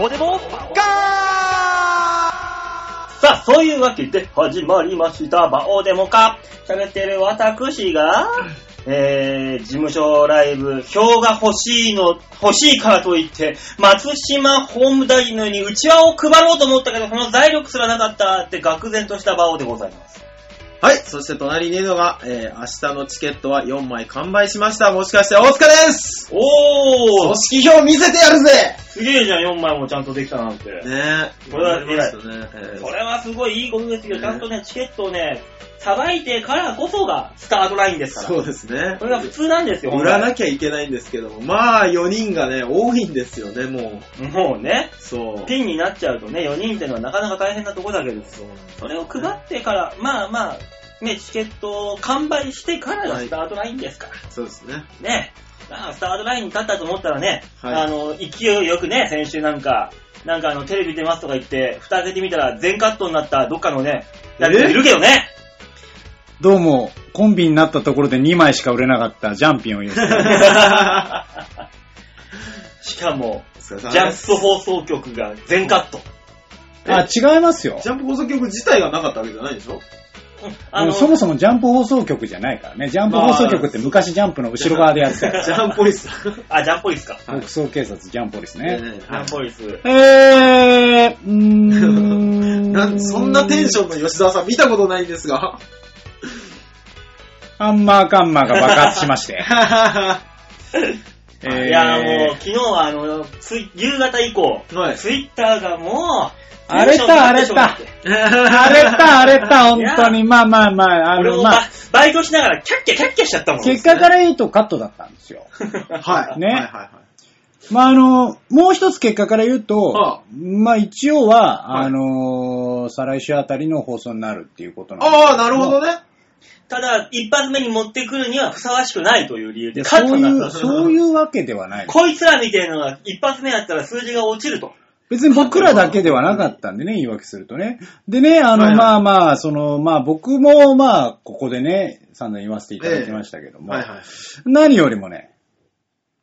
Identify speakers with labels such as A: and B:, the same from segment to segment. A: オデモ
B: さあ、そういうわけで始まりました、バオデモカ。喋ってる私が、えー、事務所ライブ、票が欲しいの、欲しいからといって、松島法務大臣のように内輪を配ろうと思ったけど、その財力すらなかったって愕然としたバオでございます。
C: はい、そして隣にいるのが、えー、明日のチケットは4枚完売しました。もしかして大塚です
B: おー
C: 組織票見せてやるぜ
B: すげえじゃん、4枚もちゃんとできたなんて。
C: ねえ。
B: これは偉い
C: やりましたね。えー
B: これはすごいいいことですよ。
C: ね
B: ちゃんとね、チケットをね、さばいてからこそがスタートラインですから。
C: そうですね
B: こ。れが普通なんですよ、
C: 売ら
B: 本
C: なきゃいけないんですけども、まあ4人がね、多いんですよね、も
B: 来もうね、
C: う。そう。
B: ピンになっちゃうとね、4人ってのはなかなか大変なとこだけど、
C: そう
B: それを配ってから、まあまあ、ね、チケットを完売してからが
C: はい
B: スタートラインですから。
C: そうですね。
B: ね。だからスタートラインに立ったと思ったらね、
C: はい
B: あの、勢いよくね、先週なんか、なんかあの、テレビ出ますとか言って、蓋開けてみたら全カットになったどっかのね、やついるけどね。
A: どうも、コンビになったところで2枚しか売れなかったジャンピンを言う。
B: しかも、
C: お疲れ
B: ジ
C: 様
B: ャ
C: で
B: ン
C: す
B: プ放送局が全カット。
A: あ、違いますよ
C: ジ。ャンプ放送局自体がなかったわけじゃないで しょ
B: あの、
A: そもそもジャンプ放送局じゃないからね。ジャンプ放送局って昔ジャンプの後ろ側でやって た
C: ジ
A: や
C: ャンポリスさん。
B: あ、ジャンポリスか。
A: つ。北総警察ジャンプですね。
C: ね
B: ジ
C: え
B: ャ
C: はい
B: ンポリス。
A: えー、うーん
C: なんそんなテンションの吉沢さん見たことないんです が。。
A: ハンマーカンマーが爆発しまして
C: はい
B: やもう、昨日はあの、つい夕方以降、
C: い。
B: ツイッターがもう、
A: 荒れた荒れた荒れた荒れた、本当に。まあまあまあ、あ
B: 俺も
A: の、
B: バ,、
A: まあ、
B: バイトしながらキャッキャキャッキャしちゃったもん。
A: 結果から言うとカットだったんですよ。
C: はい。
A: ね
C: はいはいはい。
A: まああの、もう一つ結果から言うと、
C: はあ
A: まあ一応は、
C: はい
A: あのー再来週あたりの放送になるっていうことなんで
C: ああ、なるほどね。
B: ただ、一発目に持ってくるにはふさわしくないという理由で、
A: で
B: カッ
A: そ
B: ト
A: う
B: に
A: い
B: な
A: う、
B: った。
A: そういうわけではない。
B: こいつらみたいなのが一発目やったら数字が落ちると。
A: 別に僕らだけではなかったんでね、言い訳するとね。でね、
C: は
A: あ
C: いは
A: の、
C: い
A: まあまあ、その、まあ僕も、まあ、ここでね、散々言わせていただきましたけども、
C: はいはい。
A: 何よりもね、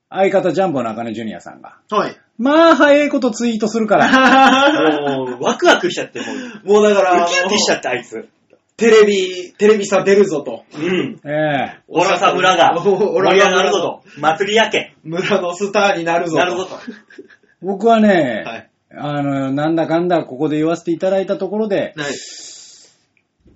A: 相方ジャンボ中根ジュニアさんが、
C: はい。
A: まあ、早いことツイートするから、
B: もう、ワクワクしちゃって、もう、ウ
C: もうだから、
B: キウキしちゃって、あいつ。
C: テレビ、テレビさ出るぞと。
B: うん。
A: ええ
B: オラサ村が
C: お
B: 盛
C: オ
B: り
C: ラ
B: 上
C: サ村
B: がるぞと。祭りやけ。
C: 村のスターになるぞ
B: なるぞと。
A: 僕はね、
C: はい。
A: あの、なんだかんだここで言わせていただいたところで、
C: はい。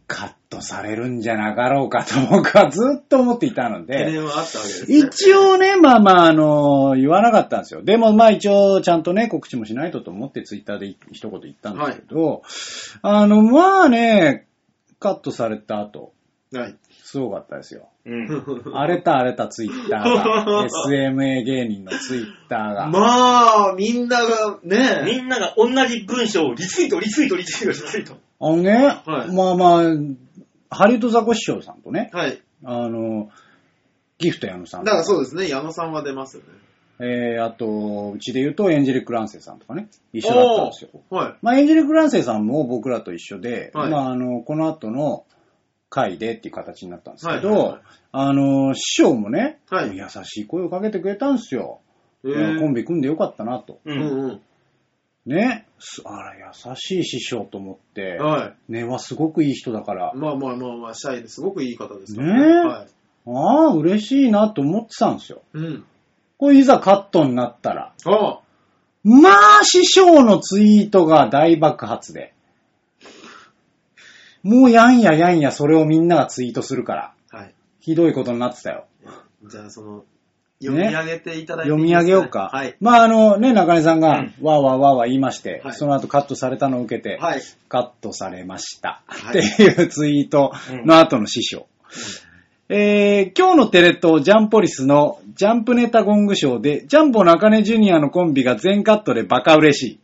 A: カットされるんじゃなかろうかと僕はずっと思っていたの
C: 懸
A: で、
C: 念はあったわけですね。
A: 一応ね、まあまあ、あの、言わなかったんですよ。でもまあ一応ちゃんとね、告知もしないとと思ってツイッターで一言言ったんですけど、あの、まあね、カットされた後、
C: はい。
A: すごかったですよ。
B: うん。
A: 荒れた荒れたツイッター が、SMA 芸人のツイッターが。
C: まあ、みんなが、ね
B: みんなが同じ文章をリツイート、リツイート、リツイート、リツイート。
A: あのね、
C: い
A: まあまあ、ハリウッドザコシショウさんとね、
C: はい。
A: あの、ギフト矢野さ
C: だ
A: ん
C: か
A: とか。
C: らそうですね、矢野さんは出ますよね。
A: えー、あと、うちで言うとエンジェリック・ランセイさんとかね、一緒だったんですよ。
C: おー。はい。
A: まあ、エンジェリック・ランセイさんも僕らと一緒で、
C: はい
A: まあ、あの、この後の回でっていう形になったんですけど、
C: はいはいはい
A: あの、師匠もね、
C: はい
A: 優しい声をかけてくれたんですよ。
C: え
A: コン
C: ー
A: ビ組んでよかったなと。
B: う
C: うん
B: ん。
C: うん。
A: ね、すあら、優しい師匠と思って、
C: はい。
A: 根はすごくいい人だから、
C: まあまあまあまあ、シャイですごくいい方ですから
A: ねえ
C: はい。
A: ああ、嬉しいなと思ってたんですよ。
C: うん。
A: これいざカットになったら、
C: あ
A: まあ、師匠のツイートが大爆発で。もうやんややんやそれをみんながツイートするから、
C: あ。はい。
A: ひどいことになってたよ。
C: じゃあ、その、読み上げていただいてい
A: 読
C: いです
A: み
C: か
A: 上げようか。
C: はい。
A: まあ、あのね、中根さんが
B: うん、
A: わーわーわーわー言いまして、
C: はい
A: その後カットされたのを受けて、
C: はい。
A: カットされました。
C: はい
A: っていうツイートの後の師匠。えー、今日のテレ東ジャンポリスのジャンプネタゴングショーで、ジャンボ中根ジュニアのコンビが全カットでバカ嬉 しい。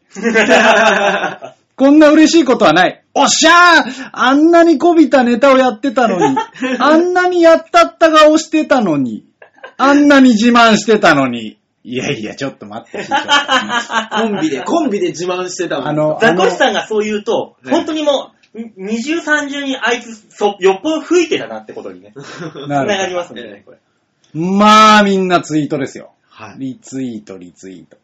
A: こんな嬉しいことはない。おっしゃーあんなにこびたネタをやって たのに、あんなにやったった顔してたのに、あんなに自慢してたのに、いやいや、ちょっと待って、師匠
C: コンビ で、コンビで自慢してたのに
A: あの
B: ザコシさんがそう言うと、
C: ね
B: 本当にもう、二重三重にあいつ、そ、よっぽど吹いてたなってことに ね、
A: な
B: 繋
A: るほど
B: がりますんでね、これ。
A: まあ、みんなツイートですよ。
C: はい。
A: リツイート、リツイート。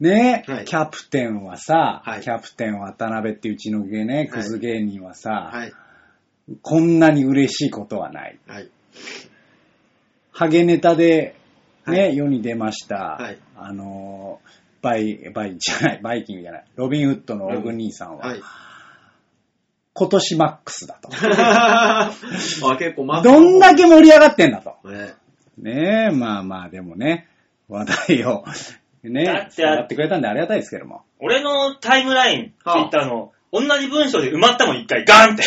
A: ね、
C: はい
A: キャプテンはさ、
C: はい
A: キャプテン渡辺っていううちの芸ね、クズ芸人はさ、
C: はい。
A: こんなに嬉しいことはない。
C: はい。
A: ハゲネタで、ね、
C: はい
A: 世に出ました。
C: はい
A: あのー、バイ、バイじゃない、バイキングじゃない、ロビンウッドのオグ兄さんは、
C: はい。
A: 今年マックスだと。
C: あ、結構待って
A: どんだけ盛り上がってんだと。
C: ね
A: ねえ、まあまあ、でもね、話題を、ね、
B: だって
A: やってくれたんでありがたいですけども。
B: 俺のタイムライン、ツイ
C: はあ
B: ッターの、同じ文章で埋まったもん、一回、ガンっ て。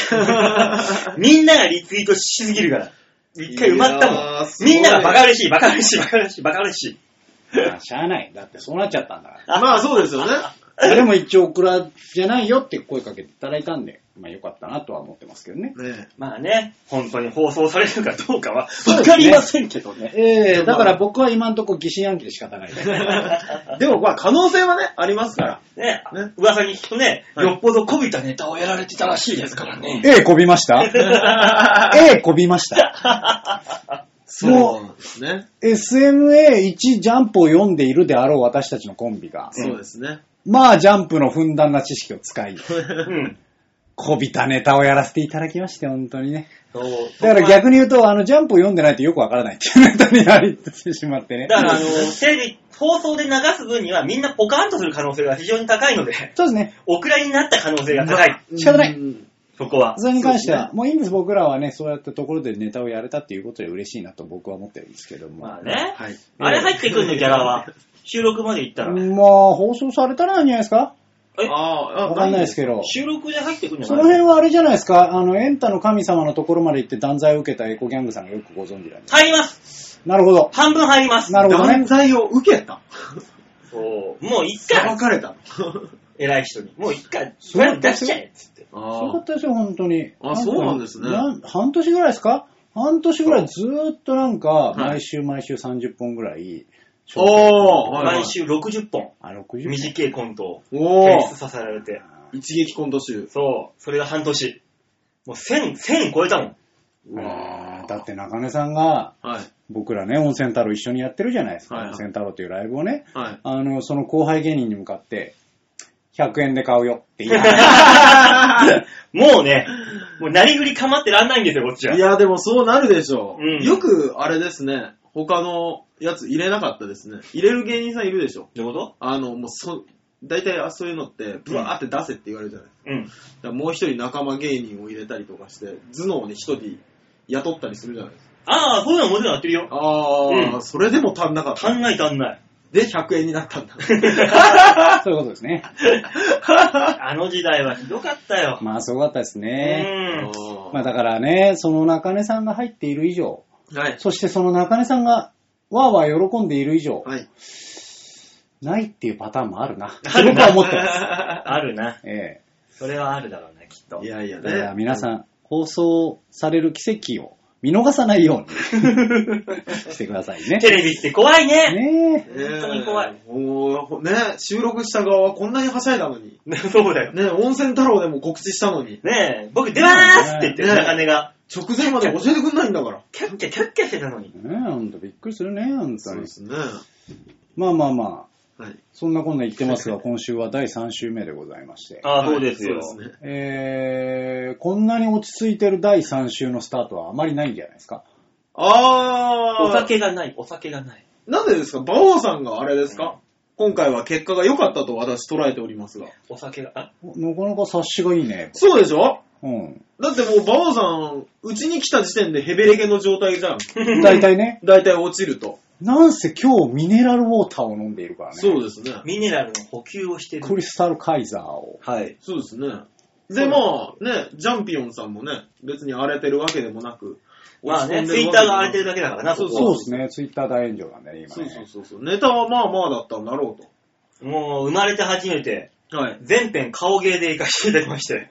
B: みんながリツイートしすぎるから。一回埋まった
C: いやーす
B: もん。
C: ごい
B: みんながバカ嬉しい、バカ嬉しい、バカ嬉しい、バカ嬉しい。
A: まあしゃあない。だってそうなっちゃったんだから。
C: まあそうですよね。
A: 誰も一応オクラじゃないよって声かけていただいたんで、まあよかったなとは思ってますけどね。
C: ね
B: まあね、本当に放送されるかどうかは、わかりませんけどね。
A: ええ
C: だ
A: だ
C: か
A: からら僕は今んとこ疑心暗鬼で仕方ない。
C: でもまあ可能性はね、ありますから。
B: ね
C: ね
B: 噂に聞くとね、
C: はい
B: よっぽどこびたネタをやられてたらしいですからね。
A: ええ、こびましたええ、こびま した。
C: そうなんですね。
A: SMA1 ジャンプを読んでいるであろう私たちのコンビが、
C: そうですね。
A: まあジャンプのふんだんな知識を使い、
B: うん。
A: こびたネタをやらせていただきまして、本当にね。
B: そう
A: だから逆に言うと、あの、ジャンプを読んでないとよくわからないっていうネタになりてしまってね。
B: だからあの、テレビ、放送で流す分にはみんなポカーンとする可能性が非常に高いので、
A: そうですね。
B: お蔵になった可能性が高い、
A: 仕方ない
C: うん
B: そこは。
A: それに関しては、もういいんです、僕らはね、そうやったところでネタをやれたっていうことで嬉しいなと僕は思ってるんですけども。
B: まあね、
C: はい。
B: あれ入ってくんの、ギャラは。 収録まで行ったら。
A: まあ、放送されたらなんじゃないですか
B: え
C: あー
A: わかんないですけど。
B: 収録で入ってくんじ
A: そ
B: ゃ
A: の
B: ない
A: 辺はあれじゃないですか、あの、エンタの神様のところまで行って断罪を受けたエコギャングさんがよくご存知なんで。
B: 入ります
A: なるほど。
B: 半分入ります
A: なるほど
C: 断
A: ね。
C: 罪を受けた。
B: そうもういっ
C: 裁
B: か
C: かれた。
B: 偉い人に。もういっか
A: そうなん
B: 出
A: で
B: し
A: すよ
B: ちゃえっつって。
A: す
C: あ
A: ごか
C: あ
A: っ。たですよ、本当に。
C: あそうなんですね
A: な半年ぐらいですか半年ぐらいずーっとなんか、
C: い
A: 毎週毎週30本ぐらい。
C: おーはいはい
B: 毎週60本。
A: あ、60本。
B: 短いコントを
C: お
B: 提出
C: ー
B: させられて。
C: 一撃コント集。
B: そう。それが半年。もう1000、1000超えたも ん。
A: うわーだって中根さんが、
C: はい。
A: 僕らね、温泉太郎一緒にやってるじゃないですか。
C: はいはい
A: 温泉太郎っていうライブをね、
C: はい。
A: あの、その後輩芸人に向かって、100円で買うよって言いながら
B: もうね、もうなりふり構ってらんないんですよ、こっちは。
C: いや、でもそうなるでしょう。
B: うん
C: よく、あれですね、他のやつ入れなかったですね。入れる芸人さんいるでしょ。
B: どういうこ
C: あの、もうそ、大体あそういうのって、ブワーって出せって言われるじゃない。
B: とうん。
C: だからもう一人仲間芸人を入れたりとかして、頭脳に一人雇ったりするじゃないですか。
B: ああ、そういうのもちろんやってるよ。
C: あー、
B: うん
C: それでも足んなかった。
B: 足んない足ん ない。
C: で、100円になったんだ。
A: そういうことですね。
B: あの時代はひどかったよ。
A: まあ、すごかったです
B: う
A: ね。
B: ん。
A: まあ、
C: は
A: だからね、その中根さんが入っている以上、
C: い。
A: そしてその中根さんが、わーわー喜んでいる以上、
C: はい。
A: ないっていうパターンもあるな。 僕は思ってます。
B: あるな。
A: え
B: それはあるだろうね、きっと
C: い。やいや
A: えだから
C: ね。
A: 皆さん、放送される奇跡を見逃さないよう にしてくださいね。
B: テレビって怖いね。
A: ねえ。
B: 本当に怖い
C: えー。もう、ね、収録した側はこんなにはしゃいだのに。
B: そうだよ。
C: ね、温泉太郎でも告知したのに、
B: ねえ、僕出まーすって言って、
C: ねえ
B: 中根が、
C: 直前ま で教えてくんないんだから。
B: キャッキャキャッキャしてたのに。
A: ねえ、ほんとびっくりするね、ほんとに。
C: すね。
A: まあまあまあ、
C: はい。
A: そんなこんな言ってますが、今週は第3週目でございまして。
B: あ
C: はいそうですね。
A: えー、こんなに落ち着いてる第3週のスタートはあまりないんじゃないですか。
C: あー。
B: お酒がない、お酒がない。
C: なんでですか馬王さんがあれですか、今回は結果が良かったと私捉えておりますが。
B: お酒が、あ
A: なかなか察しがいいね。
C: そうでしょ
A: うん。
C: だってもう馬王さん、うちに来た時点でヘベレケの状態 じゃん。
A: 大体ね。
C: 大体落ちると。
A: なんせ今日ミネラルウォーターを飲んでいるからね。
C: そうですね。
B: ミネラルの補給をしてる。
A: クリスタルカイザーを。
B: はい。
C: そうですね。で、まあ、ね、ジャンピオンさんもね、別に荒れてるわけでもなく、
B: まあね、
C: 落ち
B: ツ
C: 込
B: イ
C: ん
B: ッ
C: で
B: ター
C: る
B: が荒
C: わ
B: れて
C: けで
B: る
C: も
B: だけだからな、そこ
A: そう
B: は。
A: ですね。ツイッター大炎上なんだね、今
C: そう
A: ね。
C: そうそうそう。ネタはまあまあだったんだろう
B: もう生まれて初めて、
C: と。はい。
B: 全編顔芸で行かせていただきまして。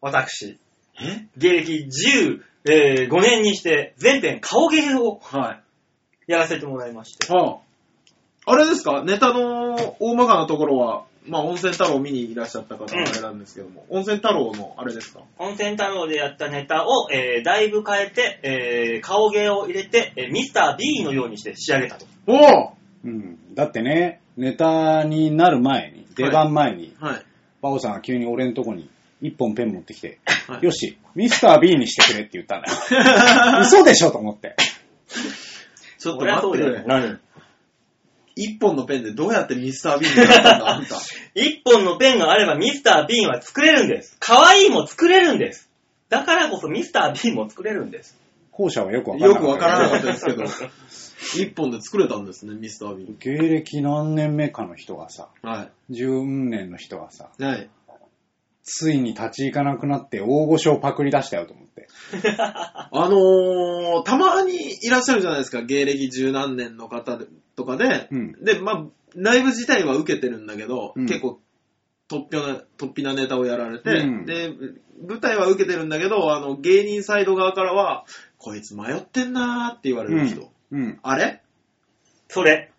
B: 私、
C: え
B: 芸歴15年にして、全編顔芸を
C: は
B: やらせてもらいまして。
C: い。はあ。あれですかネタの大まかなところは、まあ、温泉太郎見にいらっしゃった方はあれなんですけども、温泉太郎のあれですか
B: 温泉太郎でやったネタを、えーだいぶ変えて、えー顔芸を入れて、えーミスター B のようにして仕上げたと。
C: おお
A: うん。だってね、ネタになる前に、出番前に、
C: はい。
A: バオさんが急に俺のとこに一本ペン持ってきて、
C: はい
A: よし、ミスター B にしてくれって言ったん だよ。嘘でしょと思って。
C: ちょっと
B: 俺は
C: 待
B: そ
C: っ
B: う
C: て
B: だ
C: く
B: よ
C: れ。
B: 何
C: 一本のペンでどうやってミスター・ビーンになったんだ、あん た。
B: 一本のペンがあればミスター・ビーンは作れるんです。可愛いも作れるんです。だからこそミスター・ビーンも作れるんです。
A: 後者はよくわから
C: よ
A: な
C: くわからなかった
A: た
C: ですけど、 一本で作れたんですね、ミスター・ビーン。
A: 芸歴何年目かの人がさ、
C: は
A: 10年の人がさ、
C: い。はい。
A: ついに立ち行かなくなって大御所をパクり出したよと思って。
C: あのー、たまにいらっしゃるじゃないですか、芸歴十何年の方でとかで、
A: うん
C: で、まあ、ライブ自体は受けてるんだけど、
A: うん
C: 結構、突飛な、突飛なネタをやられて、
A: うん
C: で、舞台は受けてるんだけど、あの、芸人サイド側からは、こいつ迷ってんなーって言われる人。
A: うん。うん。
C: あれ
B: それ。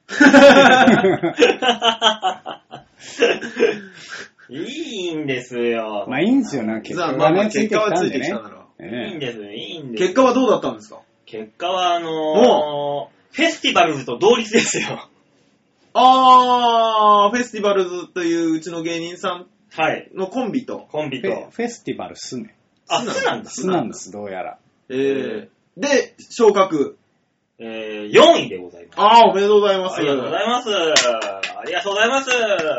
B: いいんですよ。
A: まあいいんですよな、結
C: 実
A: 果
C: はまあま
A: が
C: あ
A: ね、つ
C: 結
A: いて
C: 果
A: き
C: は
A: た
C: つ
A: ん
C: い
A: で
C: てき
A: ね
C: た。なら。
B: いいん
A: ええ
B: です、いいんです。
C: 結果はどうだったんですか
B: 結果は、あのー、フェスティバルズと同率ですよ。
C: あー、フェスティバルズといううちの芸人さん
B: はい。
C: のコンビと、
B: コンビ
A: フェ
B: と。
A: フェスティバルすね。
B: あ、そうなんだ。
A: すなんです、どうやら。
C: えー、で、昇格。
B: えー、4位でございます。
C: あー、おめでとうございます。
B: ありがとうございます。ありがとうございま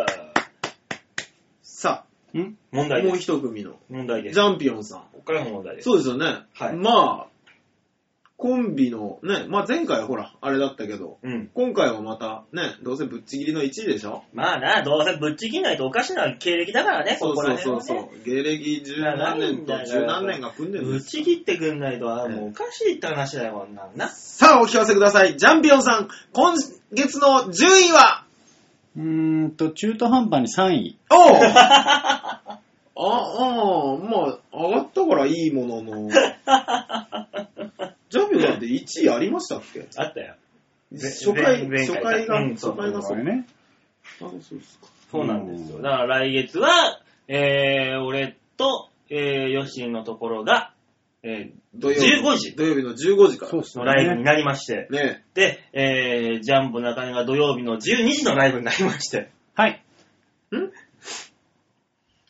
B: す。
C: さ
A: ん
B: 問
C: あ、
B: 題
C: もう
B: です。
C: 一組の、
B: 問題
C: ジ
B: です。
C: ャンピオンさん。
B: ここからも問題です。
C: そうですよね。
B: はい
C: まあ、コンビの、ね、まあ前回はほら、あれだったけど、
B: うん。
C: 今回はまた、ね、どうせぶっちぎりの1位でしょ
B: まあな、どうせぶっちぎんないとおかしな経歴だからね、
C: そ
B: こ
C: う
B: こ
C: そ
B: ら
C: う
B: 辺
C: そ
B: は
C: う
B: ね。
C: そう。芸歴十何年と十何年が組んでるん
B: ぶ
C: で
B: っ
C: す
B: ちぎってくんないと、あもうおかしいって話だよ、こんなんな。
C: さあ、お聞かせください。ジャンピオンさん、今月の順位は
A: うーんと、中途半端に3位。
C: お うあ、あー、まあ、上がったからいいもの の。ジャンピオンさんって1位ありましたっけ
B: あったよ。ぜ
C: 初回、
B: 前
C: 初回が、
B: 前回か
C: 初回がそ
A: こ
C: う。
A: れね。
C: あそうですか。
B: そうなんですよ。だから来月は、えー、俺と、えー、ヨシンのところが、え
C: 土曜日
B: 15時
C: 土曜日の15時から。
A: そうっ
B: ー、
A: す
B: の
A: よ
B: ライブに
A: ね。
B: なりまして、
C: ね
B: で、えー、ジャンボ中根が土曜日の12時のライブになりまして、
A: はい。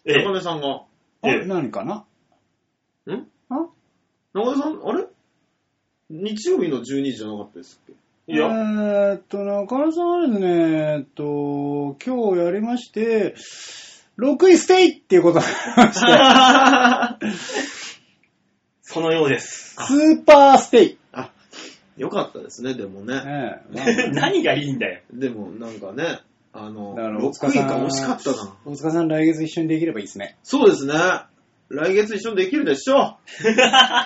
B: え
C: 中
B: ー、
C: 根さんが。
A: あ
B: ええ
A: 何かなんあ
C: 中根さん、あれ日曜日の12時じゃなかったですっけ
B: いいよ
A: えーっと、中野さんあれですね、えーっと、今日やりまして、6位ステイっていうことになりまして、
B: そのようです。
A: スーパーステイ。
C: あ、よかったですね、でも
A: ええ
C: ね。
A: ま
B: 何がいいんだよ。
C: でもなんかね、あの、
A: あだから
C: 6
A: 大
C: 位
A: 塚さん
C: か惜しかったな。
A: 大塚さん来月一緒にできればいいで すね。
C: そうですね。来月一緒にできるでしょ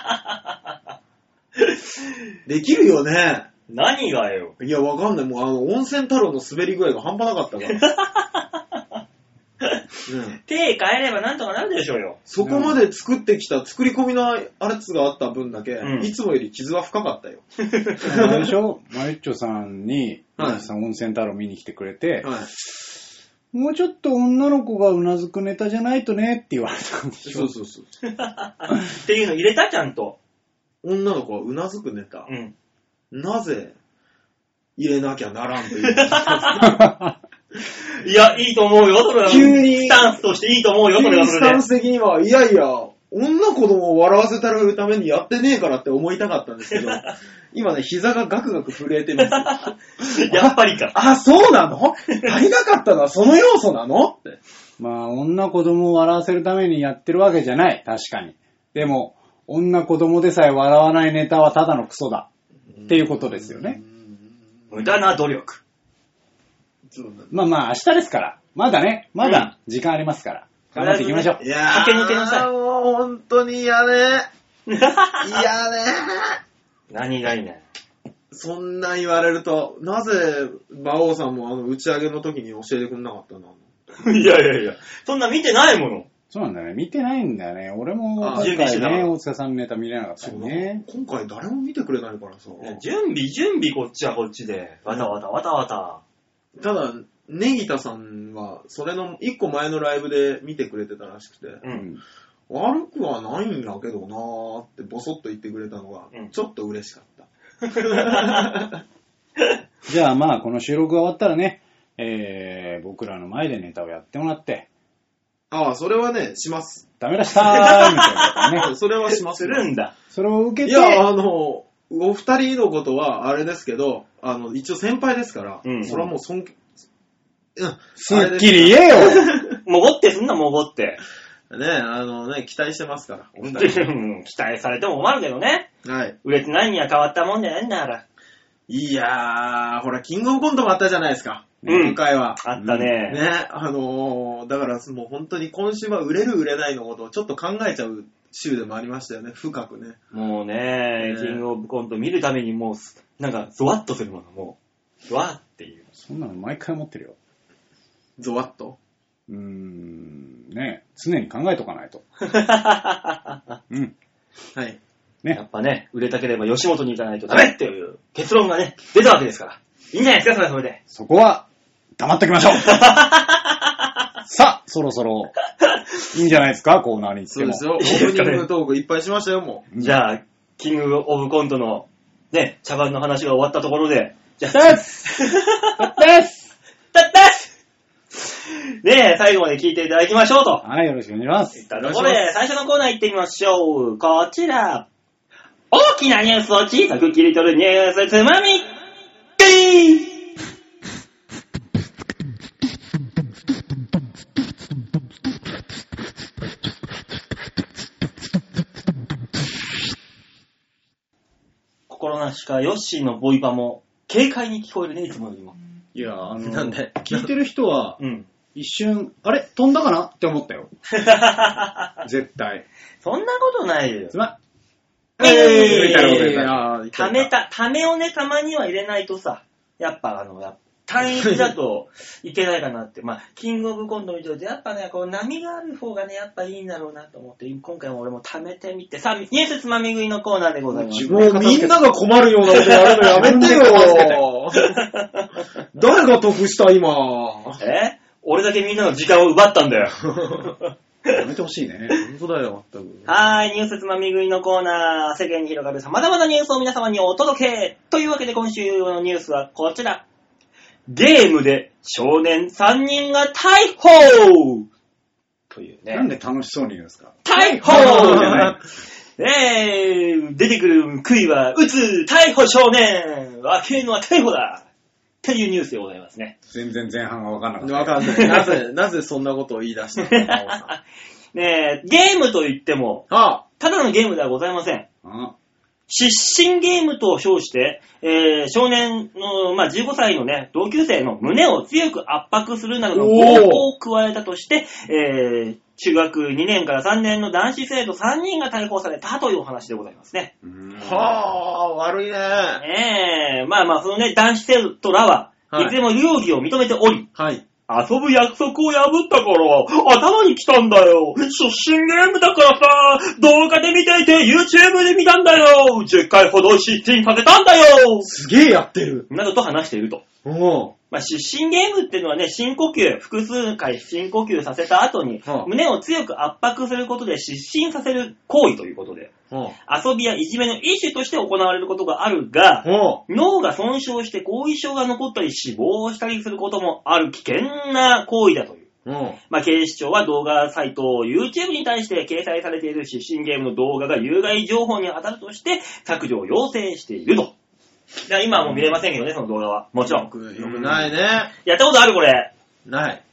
C: う。できるよね。
B: 何がよ。
C: いや、わかんない。もう、あの、温泉太郎の滑り具合が半端なかったから。 ね
B: 手変えればなんとかなるでしょうよ。
C: そこまで作ってきた、作り込みのアレツがあった分だけ、
B: うん
C: いつもより傷は深かったよ。
A: あれでしょマユッチョさんに、
C: はい
A: 皆さん温泉太郎見に来てくれて、
C: はい。
A: もうちょっと女の子がうなずくネタじゃないとねって言われたんでし
C: そ
A: ょ
C: うそうそう。
B: っていうの入れたちゃんと。
C: 女の子はうなずくネタ
B: う。ん。
C: なぜ、入れなきゃならんという。
B: いや、いいと思うよ、それは。
C: 急に
B: スタンスとしていいと思うよ、それはそ
C: ス
B: れ
C: タ
B: で
C: ン。ス的には、いやいや、女子供を笑わせたるためにやってねえからって思いたかったんですけ ど、今ね、膝がガクガク震えてます。
B: やっぱりか。
C: あ、そうなの足りなかったのはその要素なのって。
A: まあ、女子供を笑わせるためにやってるわけじゃない。確かに。でも、女子供でさえ笑わないネタはただのクソだ。っていうことですよね。
B: 無駄な努力。
C: そうなんだ
A: まあまあ、明日ですから。まだね、まだ時間ありますから。
B: うん
A: 頑張っていきましょう。
C: いや
B: 駆け抜けなさ
C: ー、
B: い
C: もう本当に嫌ね。 嫌ね。
B: 何がいいね。
C: そんな言われると、なぜ、馬王さんもあの打ち上げの時に教えてくれなかったの
B: いやいやいや、そんな見てないもの。
A: そうなんだよね。見てないんだよね。俺も
C: あ
A: 今
B: 準備して
A: 回
B: たか
A: ね、
B: ら
A: 大塚さんのネタ見れなかったりね。
C: 今回誰も見てくれないからさ。
B: 準備、準備、こっちはこっちで。わたわたわたわた。
C: ただ、ネギタさんは、それの一個前のライブで見てくれてたらしくて、
B: う。
A: うんん。
C: 悪くはないんやけどなーってボソッと言ってくれたのが
B: うん、
C: ちょっと嬉しかった。
A: じゃあまあ、この収録が終わったらね、えー、僕らの前でネタをやってもらって、
C: ああ、それはね、します。
A: ダメ出したーみたいな ね。
C: それはし ます
B: す
C: よ。
B: るんだ。
A: それを受け
C: い
A: て、
C: や、あの、お二人のことは、あれですけど、あの、一応先輩ですから、
B: うん
C: それはもう尊敬、うん、
A: すっきり言えよ
B: もごってすんな、もごって。
C: あれですね、あのね、期待してますから、お
B: う
C: 二
B: ん
C: 人。
B: 期待されても困るけどね。
C: はい。
B: 売れてないには変わったもんじゃないんだから。
C: いやー、ほら、キングオブコントもあったじゃないですか、
B: うん
C: 今回は。
B: あったね。
C: ね、あのー、だからもう本当に今週は売れる売れないのことをちょっと考えちゃう週でもありましたよね、深くね。
B: もうね
C: ね、
B: キングオブコント見るためにもうす、なんか、ゾワッとするもの、もう。ゾワッっていう。
A: そんなの毎回思ってるよ。
C: ゾワッと。
A: うーん、ね常に考えと かないと。うん。
C: はい。
A: ね
B: やっぱね、売れたければ吉本に行かないとダメっていう結論がね、出たわけですから。いいんじゃないですか、それはそれで。
A: そこは、黙っとき ましょうさあ、そろそろ、いいんじゃないですか、コーナーに行っ
C: そ
A: て
C: う
A: も
C: で。すよ。オープニングトークいっぱいしましたよ、も
B: じゃあ、キングオブコントの、ね、茶番の話が終わったところで、じゃあ、
A: そうです です
B: たったしねえ、最後まで聞いていただきましょうと。
A: はい、よろしくお願いします
B: いっ。たところで、最初のコーナー行ってみましょう。こちら。大きなニュースを小さく切り取るニュースつまみピー心なしかヨッシーのボイパも軽快に聞こえるね、いつもよりも。
A: いや、あの
C: なんで
A: 聞いてる人は、
B: うん。
A: 一瞬、あれ飛んだかなって思った よ。絶対。
B: そんなことないよ
A: つ。ま
C: う。
B: えー
A: みたいなこと言
C: い
A: っ
C: やー
B: ためた、ためをね、たまには入れないとさ、やっぱあの、やっぱ単一だといけないかなって。まあ、キングオブコント見てると、やっぱね、こう、波がある方がね、やっぱいいんだろうなと思って、今回も俺もためてみて、さあ、ニュースつまみ食いのコーナーでございます。
C: もうみんなが困るようなことやるのやめて よ誰が得した今。本
B: え俺だけみんなの時間を奪ったんだよ。
A: あ、やめてほしいね。
C: 当だよ、まったく。
B: はーい、ニュースつまみ食いのコーナー、世間に広がる様々なニュースを皆様にお届けというわけで今週のニュースはこちら。ゲームで少年3人が逮捕というね。
A: なんで楽しそうに言うんですか
B: 逮捕
A: じゃない
B: ねえ、出てくる杭は撃つ逮捕少年若えのは逮捕だっていうニュースでございますね。
A: 全然前半が分かんなかった。
C: わかんない。なぜ、 なぜそんなことを言い出したのか真央さ
B: ねえ、ゲームと言っても、
C: んあ
B: ただのゲームではございません。
A: あ
B: 失神ゲームと称して、えー少年の、まあ、15歳のね、同級生の胸を強く圧迫するなどの暴行を加えたとして、えー中学2年から3年の男子生徒3人が逮捕されたというお話でございますね。
A: うーん
C: はあ、悪いね。は
B: えーまあまあ、そのね、男子生徒らは、
C: はい
B: いつでも容疑を認めており、
C: い。
B: 遊ぶ約束を破ったから、頭に来たんだよ。出身ゲームだからさ、動画で見ていて YouTube で見たんだよ。10回ほど失神させたんだよ。
C: すげえやってる。
B: などと話していると。
C: おう
B: まあ、失神ゲームっていうのはね、深呼吸、複数回深呼吸させた後に
C: はあ、
B: 胸を強く圧迫することで失神させる行為ということで、
C: おう
B: 遊びやいじめの一種として行われることがあるが、
C: おう
B: 脳が損傷して後遺症が残ったり死亡したりすることもある危険な行為だという。
C: おう
B: まあ、警視庁は動画サイト YouTube に対して掲載されている失神ゲームの動画が有害情報に当たるとして削除を要請していると。だから今はもう見れませんけどね、その動画は。もちろん
C: よ。く、よくないね。
B: やったことあるこれ。
C: ない。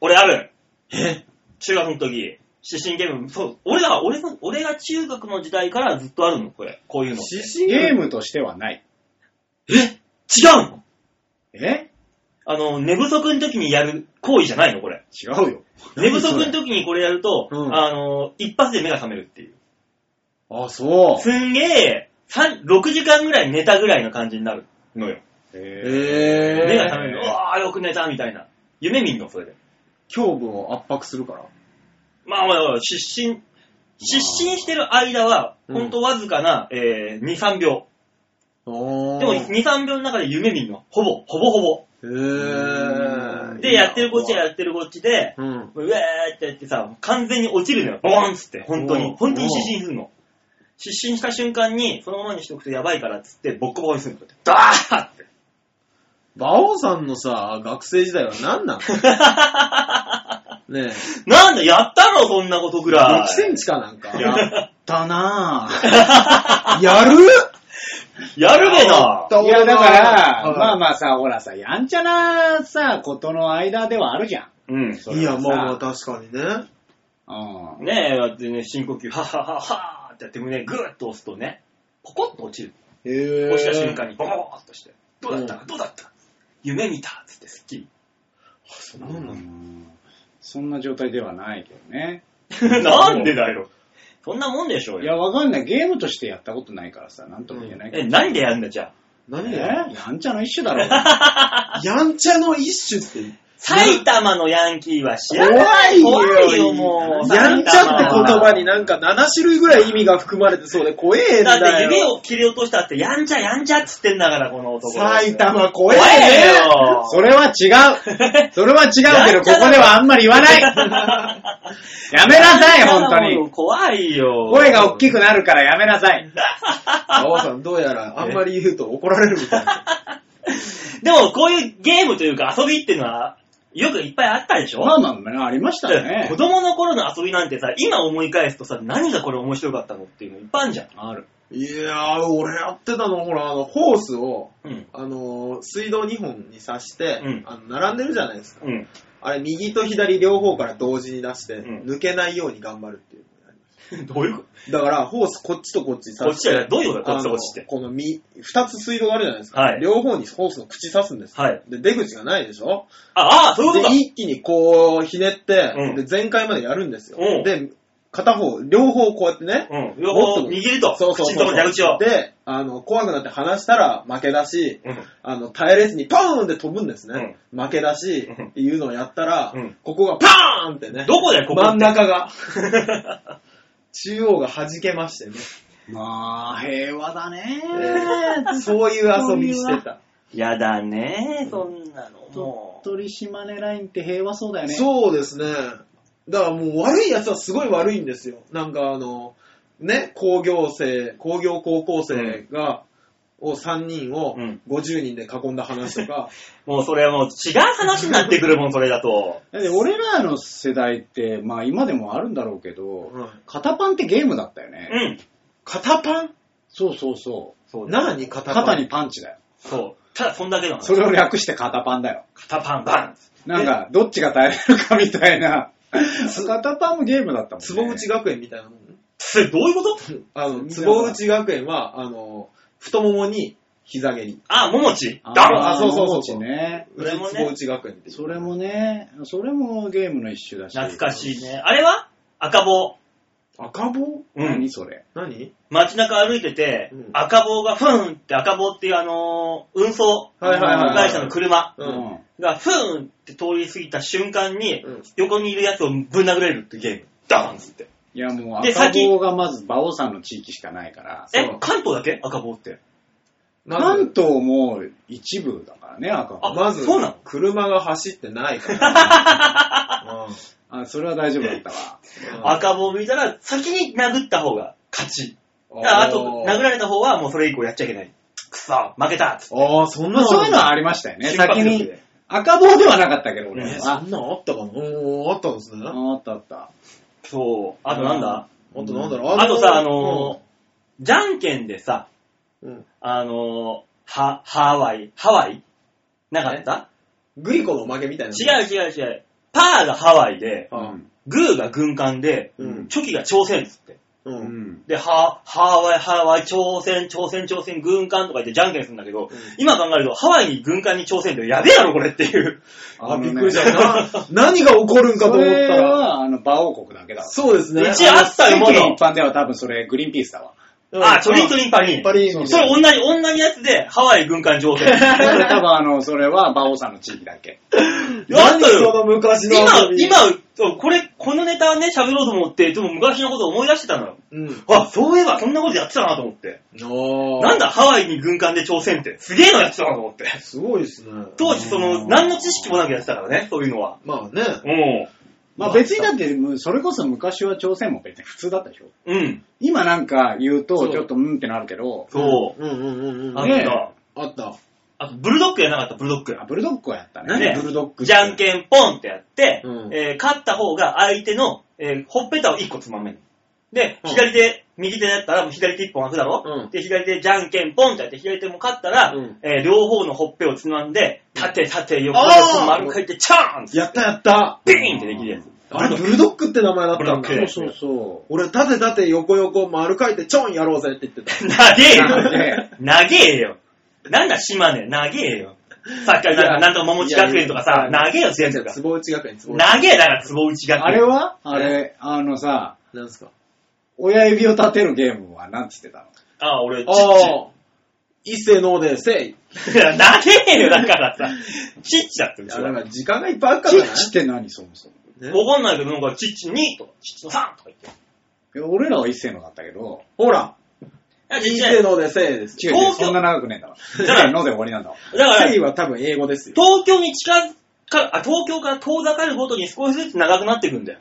B: 俺ある。
C: え
B: 中学の時。失神ゲーム。そう。俺が、俺の、俺が中学の時代からずっとあるの、これ。こういうの。違
C: 失神
A: ゲームとしてはない。
B: うの
A: え
B: あの、寝不足の時にやる行為じゃないの、これ。
A: 違うよ。
B: 寝不
C: 何そ
B: 足
C: れ
B: の時にこれやると、
C: うん
B: あの、一発で目が覚めるっていう。
C: あ、そう。
B: すんげえ、三6時間ぐらい寝たぐらいの感じになるのよ。
A: え
C: え
B: 目が覚め
C: ー
B: る。うわー、よく寝た、みたいな。夢見んの、それで。
C: 胸部を圧迫するから。
B: まあまあまあ、失神、失神してる間は、
C: うん
B: ほんとわずかな、えー、2、3秒。
C: お
B: でも2、3秒の中で夢見んの。ほぼ、ほぼほ
C: へー
B: ぼ。で、やってるこっちはやってるこっちで、
C: うん。
B: うわーってやってさ、完全に落ちるのよ。ボーンっつって、本当
C: うん
B: に。本当に失神するの。失神した瞬間に、そのままにしとくとやばいからっつって、ボッコボコにするの。ダーって。
C: 馬王さんのさ、学生時代は 何なのねえ、
B: なんだ、やったろ、そんなことぐら
C: 6
B: い。
C: センチかなんか。
D: やったなぁ。
C: やる
B: やるべな。
A: いや、だから、まあ
C: ま
A: まあさ、ほらさ、やんちゃなさ、ことの間ではあるじゃん。
B: うん。
A: そ
C: い
A: れは
C: や、
A: さ
C: まあまあ、確かにね。
A: うん。
B: ねえ、だってね、深呼吸、ははははーってやって胸ぐーっと押すとね、ポコッと落ちる。
C: へ
B: 押した瞬間にボコボコっとして、どうだったどうだった夢見たっつってスッキリ。
C: そうなんだ。
A: そんな状態ではないけどね。
B: なんでだよ。そんなもんでしょう
A: い
B: よ。
A: や、わかんない。ゲームとしてやったことないからさ、なんとも言えないけど。
B: え、何でやんだじゃあ。
C: 何
A: え
C: や
A: やんちゃの一種だろ。
C: やんちゃの一種って。
B: 埼玉のヤンキーは知らな
C: 怖
B: い。
C: いよ
B: 怖いよ、もう。
C: やんちゃって言葉に
B: な
C: なんか7種類ぐらい意味が含まれてそうで怖えん
B: だっ
C: だ
B: て
C: よ。
B: 指を切り落としたって、やんちゃやんちゃっつってんだから、この男。
C: 埼玉
B: 怖
C: 怖え
B: い
C: ね。
B: よ。
A: それは違 う。それは違うけど、ここではあんまり言わない。 やめなさい、本当に。。
B: 怖いよ。
A: 声が大きくなるからやめなさい。
C: 馬王さんどうやらあんまり言うと怒られるみたいな。
B: でも、こういうゲームというか遊びっていうのは、よくいっぱいあったでしょ
A: まあまあまあ、ありました
B: で
A: ね
B: 子。供の頃の遊びなんてさ、今思い返すとさ、何がこれ面白かったのっていうのいっぱいあるじゃん。
A: ある。
C: いやー、俺やってたの、ほら、あの、ホースを、
B: うん。
C: あのー水道2本に刺して、
B: うん
C: あの並んでるじゃないですか。
B: うん。
C: あれ、右と左両方から同時に出して、
B: うん
C: 抜けないように頑張るっていう。
B: どういうこ
C: だから、ホースこっちとこっち
B: とこ
C: 刺
B: っ
C: し
B: ち
C: て、
B: は、どういうことだこっちとこっち
C: あ
B: って。
C: のこのみ二つ水道があるじゃないですか。
B: はい
C: 両方にホースの口刺すんです。
B: はい。
C: で、出口がないでしょ
B: ああ、そういうこと
C: で
B: か。、
C: 一気にこう、ひねって、
B: うん
C: で、全開までやるんですよ。
B: うん
C: で、片方、両方こうやってね、
B: うん。両方握ると。
C: そうそう
B: 口のと
C: そ
B: こ
C: う。
B: に蛇口を。
C: で、あの、怖くなって離したら負けだし、
B: うん。
C: あの、耐えれずにパーンって飛ぶんですね。負けだし、
B: うん
C: っていうのをやったら、
B: うん
C: ここがパーンってね、
B: どこだよ、ここ。
C: 真ん中が、中央が弾けましてね。
A: まあ、平和だね。
C: そういう遊びしてた。
B: やだねそんなの。もう。
A: 鳥島根ラインって平和そうだよね。
C: そうですね。だからもう悪い奴はすごい悪いんですよ。なんかあの、ね、工業生、工業高校生が、を3人を
B: うん
C: 50人で囲んだ話とか、
B: もうそれはもう違う話になってくるもん、それだと。
A: だって俺らの世代って、まあ今でもあるんだろうけ ど、
C: うん
A: 肩パンってゲームだったよ
B: う
A: ね。
B: ん。
C: 肩パン
A: そうそうそう。
B: そうだ。
C: 何肩パン
A: 肩にパンチだよ。
B: そう。ただ、そんだけの話。
A: それを略して肩パンだよ。
B: 肩パンバン。
A: なんか、どっちが耐えれるかみたいな。肩パンもゲームだったもんね。
C: 坪内学園みたいなもんね。
B: それどういうこと
C: あの、坪内学園は、あの、太ももに膝蹴り。
B: あ、ももち。
A: あー
B: ダン
C: あそうそうそうそう
A: 坪内ね。
B: それもね
C: 坪内学園っていう。
A: それもね、それもゲームの一種だし。
B: 懐かしいね。あれは赤棒。
C: 赤棒
A: い何。それ。
C: 何
B: 街中歩いてて、
C: うん
B: 赤棒がふーンって赤棒っていうあのー運送
C: はいはいはいはい
B: 会社の車
C: うん
B: がふーンって通り過ぎた瞬間に、
C: うん
B: 横にいるやつをぶん殴れるっていうゲーム。ダーンっつって。
A: いやもう
B: で
A: 赤
B: 先
A: 棒がまず馬王さんの地域しかないから。
B: え
C: そう、
B: 関東だけ赤棒って。
C: まず、
A: 関東も一部だからね、赤
B: あ
A: 棒。
C: まず
B: そうなの
C: 車が走ってないから。うん
A: あ、それは大丈夫だったわ。
B: 赤棒見たら先に殴った方が勝ち。ああと、殴られた方はもうそれ以降やっちゃいけない。くそ、負けたっつって。
C: ああ、そん
A: ま
C: な
A: あそういうのは
C: あ
A: ありましたよね。
B: 瞬発
A: 先
B: 力で
A: に。赤棒ではなかったけど、俺
B: ね
A: ら
C: そ
A: は。
C: んなのあったかなうん、あったんですね。あ
A: あったあった。
B: そう。あとなんだ、
C: となんだろう
B: あとさ、あのーじゃんけんでさ、
C: うん
B: あのー、は、ハワイ、ハワイなかった
C: グリコの負けみたいな。
B: 違う違う違う。パーがハワイで、
C: うん。
B: グーが軍艦で、
C: うん
B: チョキが朝鮮っつって。
C: う。
A: うんん。
B: で、ハ、ハワイ、ハワイ、朝鮮、朝鮮、朝鮮、軍艦とか言ってじゃんけんするんだけど、今考えると、ハワイに軍艦に朝鮮ってやべえやろ、これっていう。
C: あ、
A: のね
C: びっくりした。な何が起こるんかと
A: そ
C: 思った
A: れ
C: ら。
A: は、あの、馬王国だけだわ。
C: そうですね。
B: うちあったよ
A: 世
B: まだ
A: 間一般では多分それ、グリーンピースだわ。
C: うん
B: あ、チョリントリンパリン。
C: パリーン
B: それ同じ、同じやつで、ハワイ、軍艦、朝 鮮。
A: それ多分あの、それは馬王さんの地域だけ。
B: やっ
C: 何
B: たよ
C: その昔の
B: 今
C: 遊、び
B: 今、そうこれ、このネタね、喋ろうと思って、でも昔のことを思い出してたのよ。
C: うん。
B: あ、そういえば、そんなことやってたなと思って。
C: ああ。
B: なんだ、ハワイに軍艦で挑戦って。すげえのやってたなと思って。
C: すごいですね。
B: 当時、その、何の知識もなくやってたからね、そういうのは。
C: まあね。
B: うん。
A: まあ別にだって、それこそ昔は朝鮮も別に普通だったでしょ。
B: うん。
A: 今なんか言う
C: そ
A: と、
C: う
A: ちょっとうんってなるけど、
B: そう。
C: うんうんうんうん。
B: あ
A: ね
B: と、
C: あった。
B: あとブルドッドッグやなかった、ブルドッグ。
A: あ、ブルドッグはやったね。
B: ね
C: 何ブルドッグ
B: じゃん
C: ん。
B: けんポンってやって、
C: うん
B: えー勝った方が相手の、えーほっぺたを1個つまめる。で、
C: うん
B: 左手、右手だったらもう左手1本開くだろ、
C: うん
B: で、左手じゃんけんポンってやって、左手も勝ったら、
C: うん
B: えー両方のほっぺをつまんで、縦、縦、横、
C: あー
B: 横、丸書いて、チャーンって
C: やったやった。
B: ビーンってできるやつ。
C: あれ、ブルドッグって名前だった
B: ブ
C: んだ
B: ルドッ。グ
A: そうそ
C: 俺、縦縦横横丸書いてちょんやろうぜって言ってた。
B: なげえ
A: 長
B: よ
A: え
B: なげえよなんだ島根、なげえよさっきからなんかなんとか桃地学園とかさ、
C: いや
B: なげえよ全部が。
C: 坪内学園、坪内。
B: なげえだから坪内
A: う。
B: 学園。
A: あれ はあれ、あのさ、
C: なんすか
A: 親指を立てるゲームは何つってたの
B: ああ、俺、ちっ
C: あ
B: ち
C: あ、一世のでせい。
B: いや、長えよ、だからさ。チッチだって、う
C: い
B: ち
C: や、だか
B: は。
C: ら時間がいっぱいあるか
A: チ
C: ら
A: ッチって何そもそも。
C: ね。
B: わかんないけど、なんか、チッチ2とか、チッチの3とか言って。
A: いや俺らは一世のだったけど、
C: ほら、
B: あ
C: 一
B: ちっちゃ
C: 世
B: いだ
C: のでせいです。
A: 違う違う、
B: 東京
A: そんな長くねえんだわ。一
B: から
A: 世 ので終わりなんだわ。
B: から、
C: せいは多分英語ですよ。
B: 東京に近づか、あ、東京から遠ざかるごとに少しずつ長くなっていくんだよ。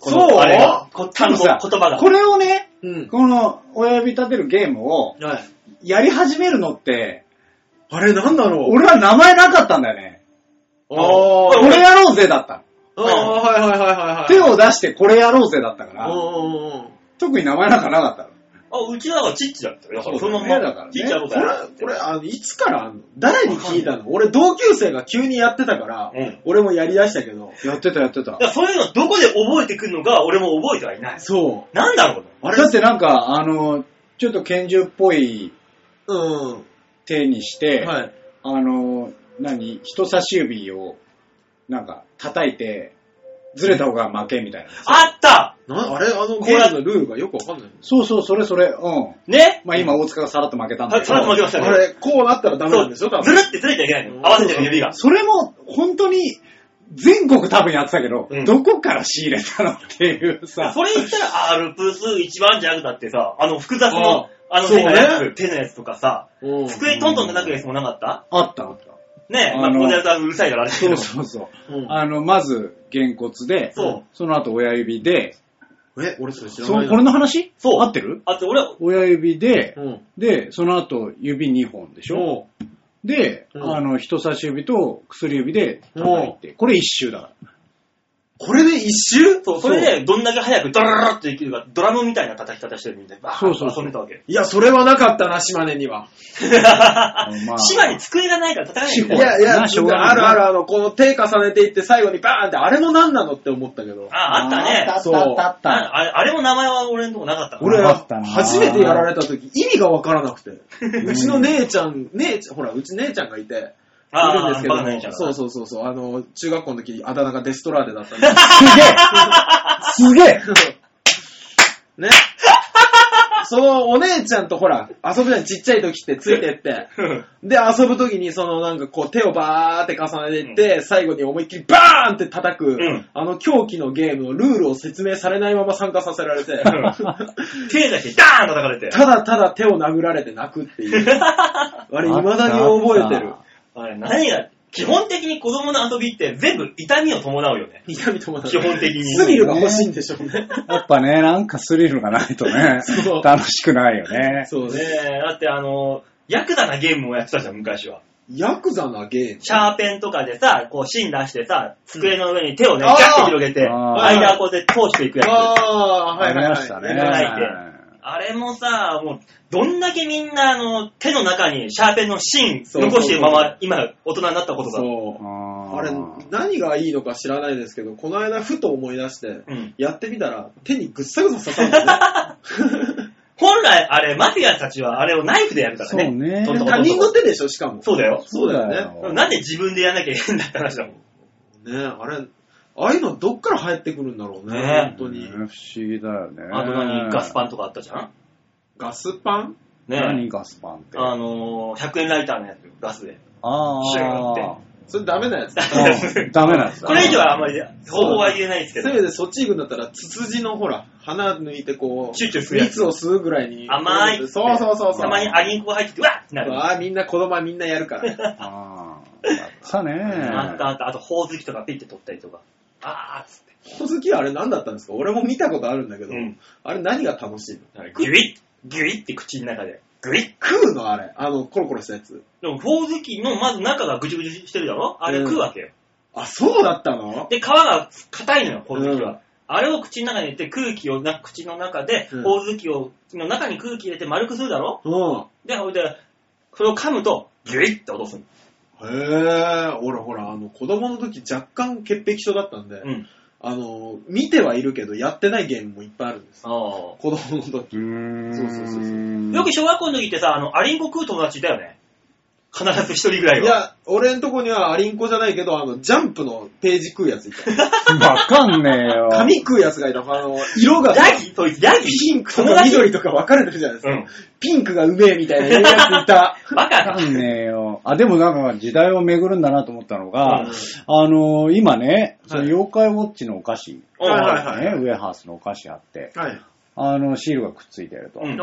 B: この
A: そう
B: あれが、こ単語、
A: でもさ
B: 言葉が。
A: これをね、
C: うん。
A: この親指立てるゲームを
C: はい。
A: やり始めるのって、
C: あれ、なんだろう
A: 俺は名前なかったんだよね。
C: ああ
B: うん
A: これやろうぜだった
C: ああ、はいはいはいはいは
A: の。
C: い。
A: 手を出してこれやろうぜだったか
C: う
A: ら、
C: んうんうんうん。
A: 特に名前なんかなかったの。
B: あ、うちはだからチッチだったよ。だから、その
A: そうだ
B: ま
A: よねだか
B: ま
A: ら、ね
B: チッチだっ
C: こ
B: た
C: れ
B: よ。、
C: これ、あの、いつからあんの誰に聞いたの俺、同級生が急にやってたから、
B: うん
C: 俺もやりだしたけど。
A: やってたやってた
B: だか。らそういうのどこで覚えてくるのか、俺も覚えてはいない。
C: そ
B: なんだろうね
C: あれ。
A: だってなんか、あの、ちょっと拳銃っぽいう
C: うん。
A: 手にして、
C: はい。
A: あの、何、人差し指を、なんか、叩いて、ずれた方が負けみたいな。
B: あった
C: なあれ、あの
B: これ
C: ゲームのルールがよくわかんない。
A: そうそう、それそれ、うん。
B: ね
A: まあ今、大塚がさらっと負けたんだ
B: はい、
A: け
B: その後負
A: ど、
B: けましたね。
C: あれ、こうなったらダメ
B: そ
C: なん
B: う、
C: で
B: ず
C: し
B: る
C: ょ多分。
B: ってずれちゃいけないの。合わせてる指が。
A: それも、本当に、全国多分やってたけど、
B: うん
A: どこから仕入れたのっていうさ、
B: それ言ったら、アルプス一番じゃなくたってさ、あの複雑の、あの
C: そう
B: 手
C: ね
B: のやつ、手のやつとかさ、
C: うん
B: 机トントン叩くやつもなかった
A: あったあった。
B: ねえ、まあ、
A: あの
B: このやつはうるさいからあれだけ
A: そ
B: ど
A: う。そうそう。
C: うん
A: あの、まず、げんこつで、
B: そう
A: の後親指で、
C: え、俺それ知ら
A: そ
C: ない
A: の
C: な。
A: これの話
B: そう
A: 合ってる
B: あと俺は、
A: 親指で、
C: うん。
A: で、その後指2本でしょ
C: おう
A: で、
C: うん
A: あの、人差し指と薬指で叩いて、これ一周だか
C: これで一周
B: そう、それで、どんだけ早くドラララってできるか、ドラムみたいな叩き方してるみたいな、バー
A: そう
B: ッ
A: そう
B: と
A: そう
B: 遊んでたわけ。
C: いや、それはなかったな、島根には。
A: ら。ま
B: 島に机がないから叩かないん
A: い
B: だ
A: や
B: よ
C: いやいや、
A: な
C: あ
A: しょうがない
C: るあるあの、この手重ねていって最後にバーンって、あれも何なのって思ったけど。
B: あ、あった
A: あ
B: ね。
A: ったあったあっ
B: あ
A: た。
B: あれあれも名前は俺のとこなかったから。
C: 俺
A: なかったな
C: 初めてやられた時、意味がわからなくて。うちの姉ちゃん、姉ちゃん、ほら、うち姉ちゃんがいて、いるん
B: あ
C: です
B: あ、
C: けど
B: バカないじゃん。
C: そうそうそうそう、あの、中学校の時、あだ名がデストラーデだったんで。
A: すげえすげ
C: ね。
A: え
C: そのお姉ちゃんとほら、遊ぶじゃん、ちっちゃい時ってついてって。 で、遊ぶ時にそのなんかこう手をバーって重ねていって、最後に思いっきりバーンって叩く、
B: ん
C: あの狂気のゲームのルールを説明されないまま参加させられ て、
B: 手だけダーン叩かれて。
C: ただただ手を殴られて泣くっていう。あれ、未だに覚えてる
A: あっ。
B: あれ何が、基本的に子供の遊びって全部痛みを伴うよね。
C: 痛みともな
B: 基本的に。
C: スリルが欲しいんでしょうね。
A: たやっぱね、なんかスリルがないとね
C: そう、
A: 楽しくないよね。
C: そう
B: ね
C: ね。
B: え、だってあの、ヤクザなゲームをやってたじゃん、昔は。
C: ヤクザなゲーム。
B: シャーペンとかでさ、こう芯出してさ、机の上に手をね、
C: うん
B: ガッて広げて、
A: あー
B: 間をこうやって通していくやつ。あ
C: ああー、は
A: あ
C: い
A: り
C: はい、はい。
A: ましたね。
B: はいれもさ、もう、どんだけみんな、あの、手の中にシャーペンの芯
C: そうそうそ
B: 残
C: う
B: してるまま、今、大人になったことだ。
C: そう。あ
A: あ
C: れ、何がいいのか知らないですけど、この間ふと思い出して、
B: うん
C: やってみたら手にぐっさぐさ刺さったんだね。
B: 本来、あれ、マフィアたちはあれをナイフでやるからね。
A: そうね
B: トントント
C: 他
B: ントン
C: 人の手でしょ、しかも。
B: そうだよ。
C: そうだよね。
A: そうだよ
B: なんで自分でやんなきゃいけないんだって話だもん。
C: ねあれ、ああいうのどっから入ってくるんだろうね、
B: ね
C: 本当に
A: ね。不思議だよね。
B: あと何、ガスパンとかあったじゃん
C: ガスパン
B: ね
A: 何ガスパンって。
B: あのー、100円ライターのやつよ、ガスで。
A: あ
B: シュー
A: ー
B: って
C: それダメなやつ。
A: うんダメなんです
B: これ以上はあんまり方法は言えないですけ
C: せ
B: ど
C: め。てそっち行くんだったら、ツツジのほら、花抜いてこう、
B: チューチューするやつ
C: 蜜を吸うぐらいに。
B: 甘い
C: そうそうそうそう。
B: たまにアリンコが入ってて、うわっってなる。あ
C: ああ、みんな子供はみんなや るから。
A: あーやったね。
B: ったあった。あと、ほおずきとかピッて取ったりとか。あーっつって。
C: 小月はあれ何だったんですか俺も見たことあるんだけど、
B: うん
C: あれ何が楽しいの
B: ギュイッ、ギュイッって口の中で。グリッ。
C: 食うのあれ。あの、コロコロしたやつ。
B: でも、ほおずきの、まず中がぐちゅぐちゅしてるだろあれ食うわけよ。
C: あ、そうだったの
B: で、皮が硬いのよ、ほおずき
C: うん
B: は。あれを口の中に入れて、空気をな、口の中で
C: うん、
B: ほおずきを、の中に空気入れて丸くするだろ
C: うん。
B: で、ほいで、それを噛むと、ギュイッて落とすの。
C: へえ、ほらほら、あの、子供の時若干潔癖症だったんで、
B: うん。
C: あの、見てはいるけど、やってないゲームもいっぱいあるんです。
B: あ
C: 子供の時。
A: ん
C: そうそうそうそう
B: あ。よく小学校の時ってさ、あの、アリンコ食う友達いたよね。必ず一人ぐらい
C: い
B: は。
C: や、俺んとこにはアリンコじゃないけど、あの、ジャンプのページ食うやついた。
A: わかんねえ よ。
C: 紙食うやつがいた。あの、色が、
B: ヤギそいつ、ヤギ
C: ピンクと
B: 友
C: か
B: 達
C: 緑とか分かれてるじゃないです
B: う
C: か。
B: ん。
C: ピンクがうめえみたいなやついた。
B: バカ
A: わ
B: だ
A: か。んねえよ。あ、でもなんか時代を巡るんだなと思ったのが、
B: うん
A: あのー今ね、その
C: はい
A: 妖怪ウォッチのお菓子、
B: うん
C: はいはい
A: ね、ウェハースのお菓子あって、
C: はい。
A: あの、シールがくっついてると。
B: うん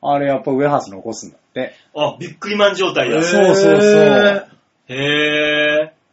A: あれやっぱウェハース残すんだって。
B: あ、びっくりマン状態
A: へ
B: だ
A: ー。そうそうそう。
B: へ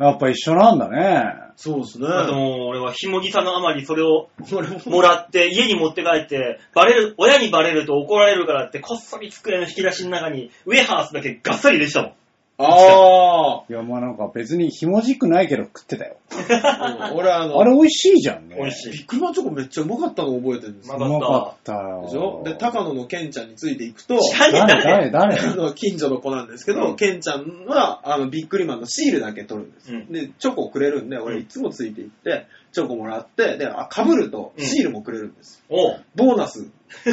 B: ー。
A: やっぱ一緒なんだね。
C: そうですね。
B: あともう俺はひもぎさのあまりそれを
C: 俺も
B: もらって家に持って帰って、バレる、親にバレると怒られるからってこっそり机の引き出しの中にウェハースだけガッサリ入れてたもん。
C: あ
A: いや、まあなんか別にひもじくないけど食ってたよ。
C: あ。俺あの、
A: あれ美味しいじゃんね。
B: 美味し
C: ビ
B: い。
C: ッグマンチョコめっちゃうまかったの覚えてるんです
A: う
C: よ。
B: ま
A: まかったよ。
C: でしょで、高野のケンちゃんについていくと、
B: 知らねえん
A: 誰
B: だね。
A: 誰誰
C: あの 近所の子なんですけ
B: う
C: ど、
B: ん
C: ケンちゃんは、あの、ビックリマンのシールだけ取るんです。
B: うん
C: で、チョコをくれるんで、俺
B: うん
C: いつもついていって、チョコもらって、で、あ、被るとシールもくれるんです。
B: おう
C: ボー ナス。
A: ど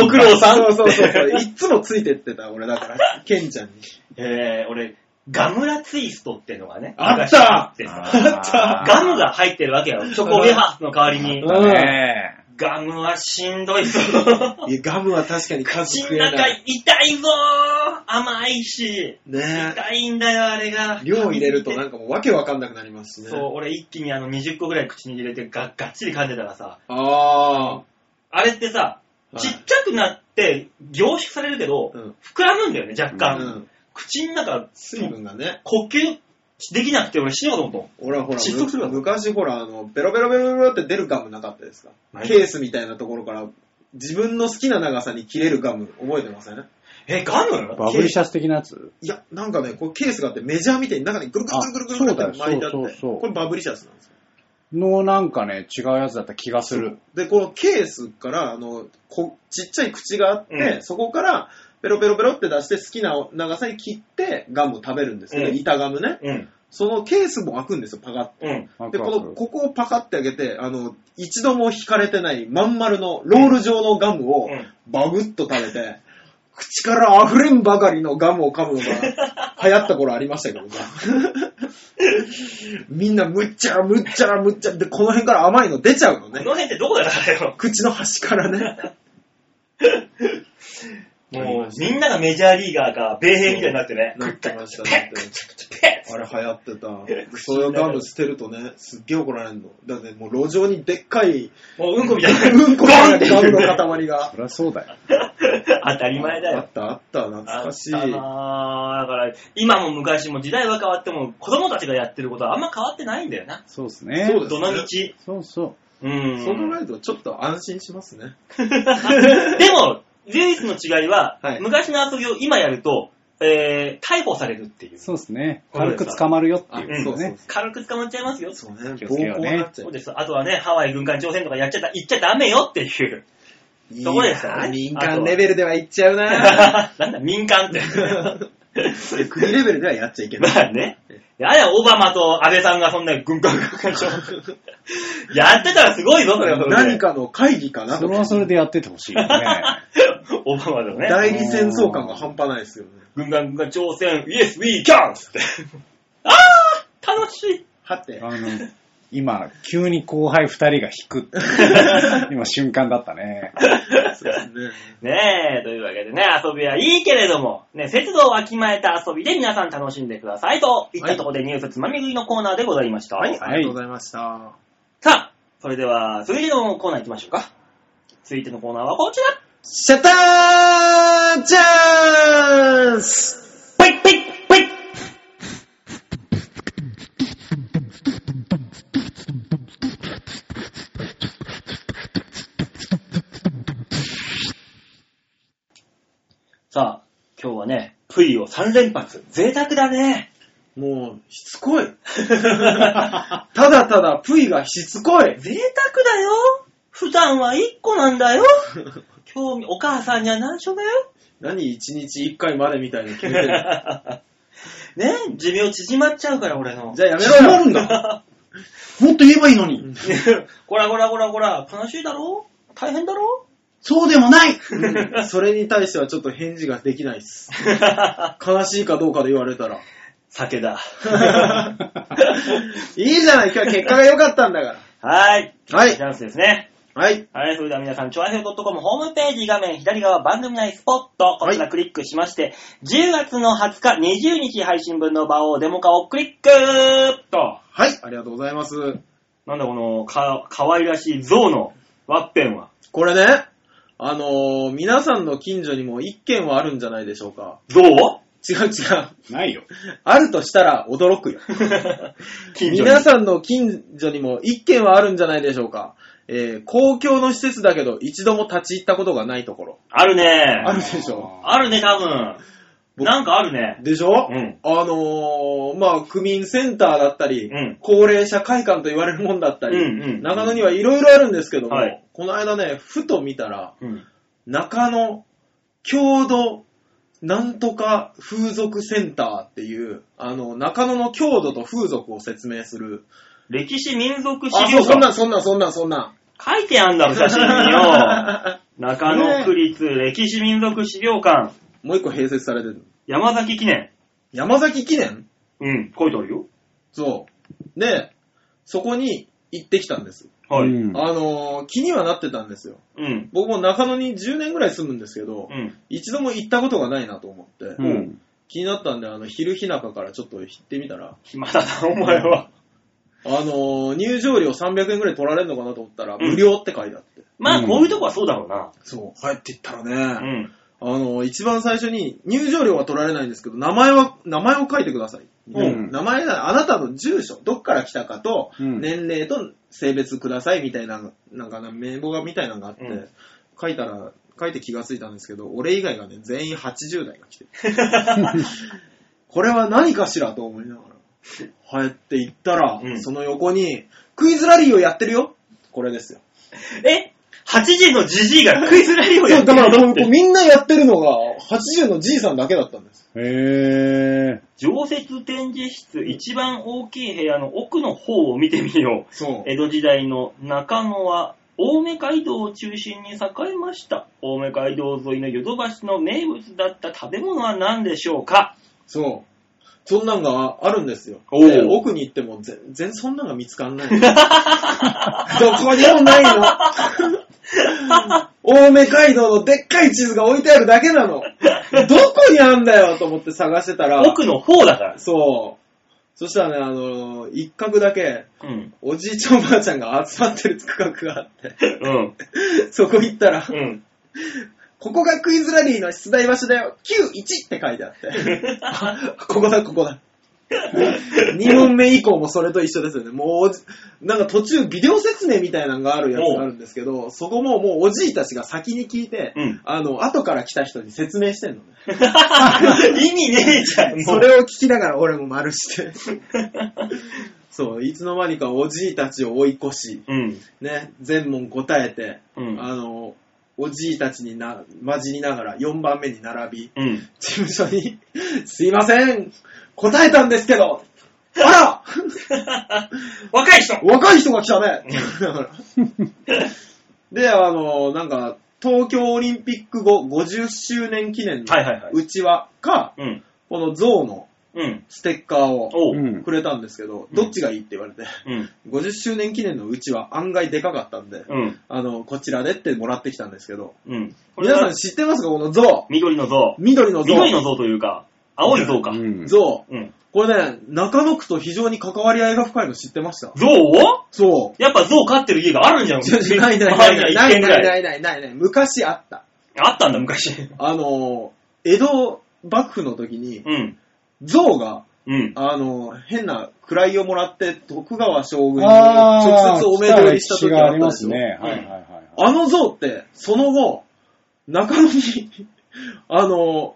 B: ご苦労さん。
C: そうそうそうそう。いつもついてってた、俺だから、ケン ちゃんに。
B: えー、俺、ガムラツイストってのがね。
C: あった
B: 昔あってさ
C: あった
B: ガムが入ってるわけよ。チョコウェハースの代わりに。
C: うん
A: ねえ
B: ガムはしんどい ぞ。
C: いや、ガムは確かに数
B: 口
C: 食
B: の
C: え
B: 中
C: ない。
B: 痛いぞー甘いし。
C: ね
B: 痛いんだよ、あれが。
C: え。量入れるとなんかもうわけわかんなくなりますしね。
B: そう、俺一気にあの20個ぐらい口に入れてががっちり噛んでたらさ、
C: あ
B: あれってさ、
C: はい
B: ちっちゃくなって凝縮されるけど、
C: うん
B: 膨らむんだよね、若干。
C: あ。うん。
B: 口の中、
C: 水分がね。
B: 呼吸できなくて俺死ぬかと思っ
C: 俺はほら
B: 窒息する、わ
C: 昔ほら、あの、ベロベロベロベロって出るガムなかったですか
B: ない
C: ケースみたいなところから、自分の好きな長さに切れるガム、覚えてません
B: た。え、ガム
A: バブリシャス的なやつ
C: いや、なんかね、こうケースがあって、メジャーみたいに中にぐるぐるぐるぐるぐるぐるって巻いてあって、
A: あそうだよそうそうそう
C: これバブリシャスなんですよ。
A: のなんかね、違うやつだった気がする。
C: で、このケースから、あの、こちっちゃい口があって、
B: うん
C: そこから、ペロペロペロって出して好きな長さに切ってガムを食べるんですけど、
B: うん
C: 板ガムね。
B: うん、そ
C: そのケースも開くんですよ、パカッて。
B: うん。
C: で、こ
A: なん
C: の、
A: か
C: ここをパカって開けて、あの、一度も引かれてないまん丸のロール状のガムを
B: うん
C: バグッと食べて、口から溢れんばかりのガムを噛むのが流行った頃ありましたけどさ。みんなむっちゃらむっちゃらむっちゃらで、この辺から甘いの出ちゃうの
B: この
C: ね。
B: 辺ってどこだからよ。
C: 口の端からね。
B: もう、みんながメジャーリーガーか、米兵みたいになってね。
C: なってました
B: ペ
C: ね
B: ッ。ペ
C: あれ流行ってた。それをガム捨てるとね、すっげえ怒られるの。だってもう路上にでっかい、
B: ッもううんこみたいな。
C: うんこみたいなガムの
B: ゴン
C: 塊が。
A: そりゃそうだよ。
B: って当たり前だよ
C: あっ。たあった、懐
B: あ
C: か
B: っ
C: しい。
B: たなあだから、今も昔も時代は変わっても、子供たちがやってることはあんま変わってないんだよな。
A: そうですね。
C: そうです
B: どの道。
A: そうそう。
B: うん。
C: そのライドちょっと安心しますね。
B: でも、唯一の違いは、
C: はい
B: 昔の遊びを今やると、えー、逮捕されるっていう。
A: そうですね。
B: そうで
A: 軽
B: す
A: く捕まるよって
B: あ
A: いうことね。
B: 軽く捕まっちゃいますよ。そ
C: そうね
A: 気、を
C: 暴行
A: つけ
C: に
A: ようね
C: なっちゃう
B: う。です。あとはね、ハワイ軍艦朝鮮とかやっちゃだ、行っちゃダメよってい う。
C: い
B: そこですからね
C: やー民間レベルではいっちゃうな。
B: なんだ、民間って。
C: 国レベルではやっちゃいけな
B: ま
C: い。
B: あね。あれはオバマと安倍さんがそんな軍艦軍艦長。やってたらすごいぞ、それはそれで
C: 何。かの会議かな
A: そ
C: と
A: れはそれでやっててほしいよね。
B: オバマとね。
C: 代理戦争感が半端ないですよね。
B: 軍艦軍艦挑戦、イエス、ウィーキャンつって。あー楽しい
C: はて。
A: あの、今、急に後輩二人が引くっていう今、瞬間だったね。
C: そうですね。
B: ねえ、というわけでね、遊びはいいけれども、ね、節度をわきまえた遊びで皆さん楽しんでくださいと、いったところでニュースつまみ食いのコーナーでございました。
C: はい、ありがとうございました。
B: さあ、それでは、続いてのコーナー行きましょうか。続いてのコーナーはこちら
C: シャッターチャンス
B: ペイペイペイ今日はね、プイを3連発。贅沢だね。
C: もう、しつこい。 ただただ、プイがしつこい。
B: 贅沢だよ。普段は1個なんだ よ。今日、お母さんには内緒だ よ。
C: 何一日一回までみたいに 決めてる。
B: ね寿命縮まっちゃうから、俺 の。
C: じゃあやめ
D: 閉ま
C: ろ
D: るん
C: よ。
D: だ。もっと言えばいいのに。
B: こらこらこらこら、悲しいだろ大変だ ろ
D: そうでもない
C: それに対してはちょっと返事ができないっす。悲しいかどうかで言われ たら。
B: 酒 だ。
C: いいじゃない、今日は結果が良かったんだか
B: はい。
C: ら。は
B: チ
C: い。
B: ャンスですね。
C: はい。
B: はい、それでは皆さん、超愛評 .com ホームページ画面左側番組内スポット、こちらクリックしまして、10月の20日、20日配信分の場をデモ化をクリックと。
C: はい。ありがとうございます。
B: なんだこのか、かわいらしい象のワッペンは。
C: これね、あのー皆さんの近所にも一件はあるんじゃないでしょうか。
B: 象
C: 違う違う。
A: ないよ。
C: あるとしたら驚くよ。
B: 近所に
C: 皆さんの近所にも一軒はあるんじゃないでしょうか。えー公共の施設だけど一度も立ち入ったことがないところ。
B: あるね。
C: あるでしょ。
B: あるね、多分。
C: 僕
B: なんかあるね。
C: でしょ、
B: うん
C: あのーまあ、区民センターだったり、
B: うん
C: 高齢者会館と言われるもんだったり、
B: うんうん
C: 中野にはいろいろあるんですけども、
B: はい
C: この間ね、ふと見たら、
B: うん。
C: 中野郷土なんとか風俗センターっていう、あの、中野の郷土と風俗を説明する。
B: 歴史民族資
C: あ、そ
B: 料
C: う、そんなん
B: 館。
C: そんなんそんなんそんなん。
B: 書いてあんだろ、写 真に よ。中野区立歴史民族資料館、
C: もう一個併設されてる。
B: 山崎記念。
C: 山崎記念
B: うん、書いてあるよ。
C: そう。で、そこに行ってきたんです。
B: はい。う。
A: うんん
C: あのー気にはなってたんですよ。
B: うん。
C: 僕も中野に10年ぐらい住むんですけど、
B: うん。
C: 一度も行ったことがないなと思って、
A: う。
B: うん
C: 気になったんで、あの、昼日中からちょっと行ってみたら、
B: 暇だな、お前は。
C: あのー入場料300円ぐらい取られるのかなと思ったら、無料って書いてあって。
B: まあ、
A: うん
B: こういうとこはそうだろうな。
C: そう、入っていったらね、
B: ん。
C: あのー一番最初に、入場料は取られないんですけど、名前は、名前を書いてください。
A: うん
C: 名前なあなたの住所、どっから来たかと、
A: うん
C: 年齢と性別くださいみたいな、なんかな、名簿がみたいなのがあって、
B: うん
C: 書いたら、書いて気がついたんですけど、俺以外がね、全員80代が来てる。 これは何かしらと思いながら、入っていったら、
B: うん
C: その横に、クイズラリーをやってるよこれですよ。
B: え ?8 時のジジイがクイズラリーをや
C: そ
B: っ
C: う、
B: て
C: だ
B: る
C: から
B: の
C: も
B: っ
C: う
B: て
C: みんなやってるのが、80のじいさんだけだったんです。
A: へえ。
B: 常設展示室、一番大きい部屋の奥の方を見てみよう。
C: そう。
B: 江戸時代の中野は、青梅街道を中心に栄えました。青梅街道沿いのヨドバシの名物だった食べ物は何でしょうか
C: そう。そんなんがあるんですよ。
B: おう
C: で奥に行っても全然そんなんが見つか んない。どこにもないの。青梅街道のでっかい地図が置いてあるだけなの。どこにあんだよと思って探してたら、
B: 奥の方だから。
C: そう。そしたらね、あのー一角だけ、
B: うん。
C: おじいちゃんおばあちゃんが集まってる区画があって、
B: うん。
C: そこ行ったら、
B: うん。
C: ここがクイズラリーの出題場所だよ。91って書いてあって。あ ここだ、ここだ。2問目以降もそれと一緒ですよね。もうおじ、なんか途中ビデオ説明みたいなのがあるやつがあるんですけど、そこももうおじいたちが先に聞いて、
B: うん
C: あの、後から来た人に説明してんのね。
B: 意味ねえじゃん。もう
C: それを聞きながら俺も丸して。 そう、いつの間にかおじいたちを追い越し、
B: うん。
C: ね、全問答えて、
B: うん
C: あの、おじいたちにな、混じりながら4番目に並び、
B: うん。
C: 事務所に、すいません、答えたんですけど、あら
B: 若い人
C: 若い人が来たねで、あの、なんか、東京オリンピック後50周年記念の
B: はいはいはいう
C: ちわか、
B: うん。
C: この象の
B: うん。
C: ステッカーを
B: おう。
A: う
B: うん。
A: ん
C: くれたんですけど、どっちがいいって言われて、50周年記念のうちは案外でかかったんで、
B: うん。
C: あの、こちらでってもらってきたんですけど、
B: うん。
C: 皆さん知ってますかこの象。
B: 緑の像。
C: 緑の象。
B: 緑の像というか、青い像か。
A: うん。
C: 象。
B: うん。
C: これね、中野区と非常に関わり合いが深いの知ってました
B: 像を
C: そう。
B: やっぱ像飼ってる家があるんじゃん。
C: ないない
B: あ
C: な
B: る
C: い
B: じゃん一
C: な
B: 軒
C: い
B: ぐら
C: ないないないないない。昔あった。
B: あったんだ、昔。
C: あのー、江戸幕府の時に、
B: うん。
C: 象が、
B: うん。
C: あのー、変な位をもらって徳川将軍に
A: あ
C: 直
A: ー
C: 接お目通りした時
A: 来た歴史があ
C: っ
A: り
C: たで
A: ま
C: し
A: す
C: ょ
A: ね。はい
B: うん
A: はいはいはい。
C: あの像って、その後、中野に、あの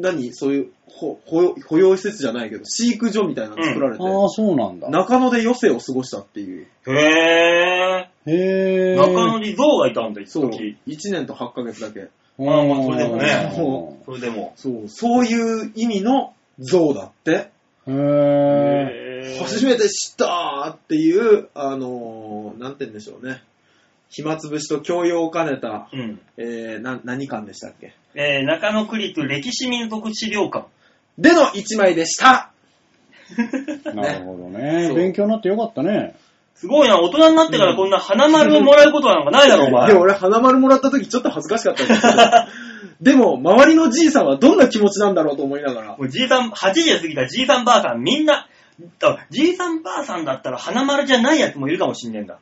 C: ー、何そういうほ保、保養施設じゃないけど、飼育所みたいなの作られて、
A: ああ、そうなんだ。
C: 中野で余生を過ごしたっていう。
B: へ
A: へ
B: ぇー。
A: え。
B: 中野に象がいたんだ、一
C: そう。
B: 時
C: 1。年と8ヶ月だけ。
B: まあまあそれでもね
A: そ
B: それでも。
C: そう。そういう意味の像だって。
A: う。へえ。
B: へぇ
C: 初めて知ったっていう、あのー、なんて言うんでしょうね。暇つぶしと教養を兼ねた、
B: うん。
C: えー、な、何館でしたっけ
B: えー、中野区立歴史民俗資料館。
C: での1枚でした
A: なるほどね
C: そ。う
A: 勉強になってよかったね。
B: すごいな、大人になってからこんな花丸をもらうことなんかないだろ、お前。
C: で、俺、花丸もらった時ちょっと恥ずかしかったんですけ ど、でも、周りのじいさんはどんな気持ちなんだろうと思いながら、
B: もうじいさん、8時過ぎたじいさんばあさん、みんな、あじいさんばあさんだったら花丸じゃないやつもいるかもしんねえんだ。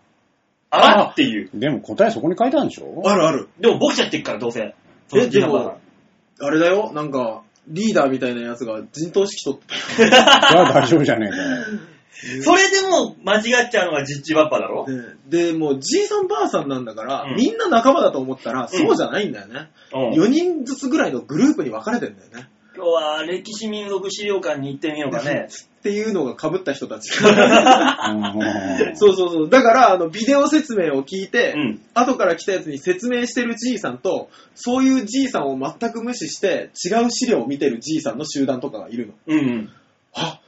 B: あらっていう。
A: でも答えそこに書いてあるんでしょ
C: あるある。
B: でも僕ちゃってっから、どうせ。
C: え、
B: じい
C: で
B: さんばあさん
C: も、あれだよ、なんか、リーダーみたいなやつが陣頭指揮取って
A: じゃあ大丈夫じゃねえかよ。
B: それでも間違っちゃうのがじっちばっぱだろ
C: で、でもうじいさんばあさんなんだから、
B: うん
C: みんな仲間だと思ったら、そうじゃないんだよね。
B: うん
C: 4人ずつぐらいのグループに分かれてんだよね。
B: 今日は歴史民俗資料館に行ってみようかね。
C: っていうのが被った人たち。 そう
A: うん
C: そうそう。だから、あの、ビデオ説明を聞いて、
B: うん
C: 後から来たやつに説明してるじいさんと、そういうじいさんを全く無視して、違う資料を見てるじいさんの集団とかがいるの。
B: うんうん。
C: あ、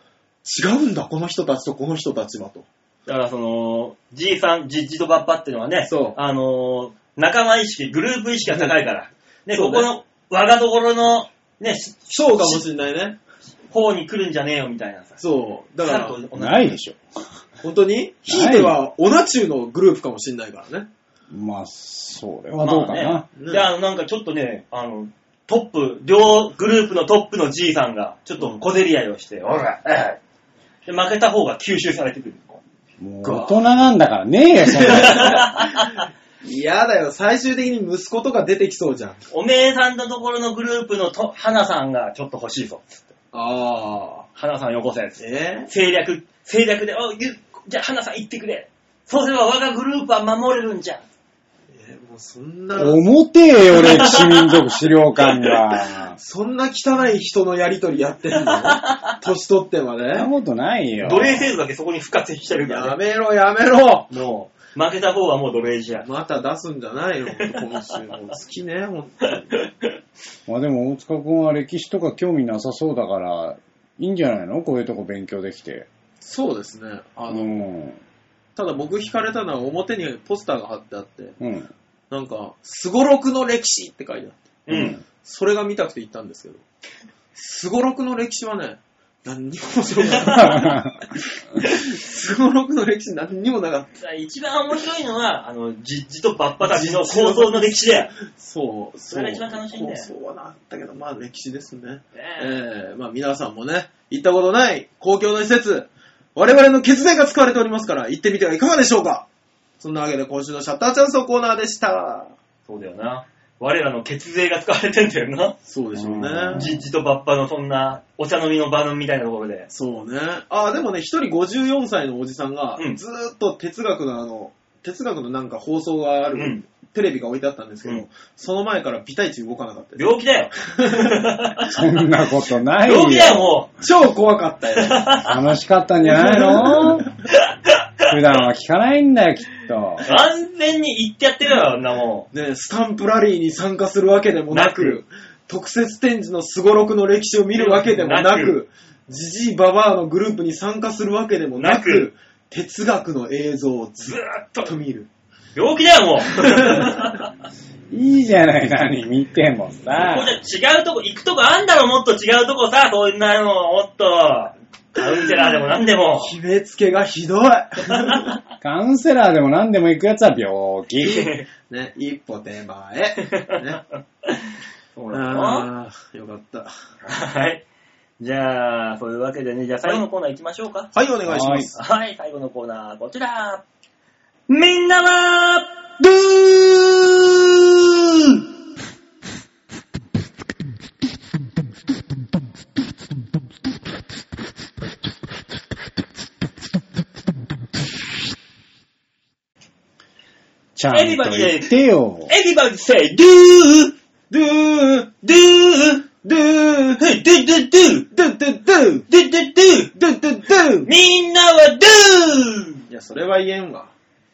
C: 違うんだ、この人たちとこの人たちはと。
B: だからその、じいさん、じっちとばっぱっていうのはね、
C: そう
B: あのー、仲間意識、グループ意識が高いから。ね、
C: そ
B: こ
C: うね
B: この、我がところの、ね、し
C: そうかもしんないね。
B: 方に来るんじゃねえよみたいなさ。
C: そう。だから、
B: さっと
A: ないでしょ。
C: 本当にひいては、オナチューのグループかもしんないからね。
A: まあ、それはどう
B: ま
A: かな。
B: あね、
C: ね
B: で、あの、なんかちょっとね、あの、トップ、両グループのトップのじいさんが、ちょっと小競り合いをして、おら、ええで、負けた方が吸収されてくる。
A: もう大人なんだからねえよ、そ んな。
C: 嫌だよ、最終的に息子とか出てきそうじゃん。
B: おめえさんのところのグループのと、花さんがちょっと欲しいぞ。
C: ああ。
B: 花さんよこせ。
C: え
B: 政略、政略で、おゆじゃあ花さん行ってくれ。そうすれば我がグループは守れるんじゃん。
C: えもうそんな、
A: 重てえよ、歴史民族資料館が。
C: そんな汚い人のやりとりやって んの年取ってま
A: そんな
C: で
A: ことないよ。
B: 奴隷制度だけそこに復活してるから
C: や
B: ね。
C: めろやめろ
B: もう、負けた方はもう奴隷じゃん。
C: また出すんじゃないよ、今週も。好きね、ほんとに。
A: まあでも大塚君は歴史とか興味なさそうだから、いいんじゃないのこういうとこ勉強できて。
C: そうですね。あ
A: う
C: の、
A: ん。
C: ただ僕惹かれたのは表にポスターが貼ってあって、
A: うん。
C: なんか、すごろくの歴史って書いてあって、
B: うん。
C: それが見たくて行ったんですけど、すごろくの歴史はね、何にも面白くなかった。すごろくの歴史何にもなかっ
B: 一番面白いのは、 あの、じっじとばっぱたちの構造の歴史だよ。
C: た。そう、
B: それが一番楽しいんだよ
C: そうなんだけど、まあ歴史ですね。え
B: ね
C: えまあ皆さんもね、行ったことない公共の施設、我々の血税が使われておりますから、行ってみてはいかがでしょうかそんなわけで今週のシャッターチャンスのコーナーでした。
B: そうだよな。我らの血税が使われてんだよな。
C: そうでしょう
A: うん
C: ね。
B: じっじとばっぱのそんな、お茶飲みの場のみたいなところで。
C: そうね。ああ、でもね、一人54歳のおじさんが
B: うん、
C: ずーっと哲学のあの、哲学のなんか放送があ
B: う
C: る、
B: ん。
C: テレビが置いてあったんですけど、
B: うん
C: その前からビタイチ動かなかったです
B: 病気だよ。
A: そんなことないよ。
B: 病気だよ、もう。
C: 超怖かったよ。
A: 楽しかったんじゃな いの普段は聞かないんだよ、きっと。
B: 完全に言ってやってるよ、あんなも
C: ね、スタンプラリーに参加するわけでもなく、
B: なく
C: 特設展示のすごろくの歴史を見るわけでもな
B: な
C: く
B: く、
C: じじいばばあのグループに参加するわけでもな
B: な
C: く、
B: く
C: 哲学の映像を
B: ん。ず
C: ず
B: ー
C: っ
B: っと。
C: と見る。
B: 病気だよ、もう。こ
A: いいじゃない、何見てもさ。
B: こじゃ違うとこ、行くとこあんだろ、もっと違うとこさ、そんなの、もっと。カウンセラーでもなんでも。
C: 決めつけがひ どい。
A: カウンセラーでも何でも行くやつは病気。
C: ね、一歩手前。 ね、
B: そうなの
C: あーよかった。
B: はい。じゃあ、そういうわけでね、じゃあ最後のコーナー行きましょうか。
C: はい、お願いします。
B: はい、最後のコーナー、こちら。みんなは、
D: ドゥー
A: ちゃんと言ってよ。
B: Everybody say, do, do, do, do,
C: ゥ
B: ドゥドゥドゥ
C: ドゥドゥドゥ
B: ドゥドゥドゥ
C: ドゥドゥドゥ
B: みんなはド
C: いや、それは言えんわ。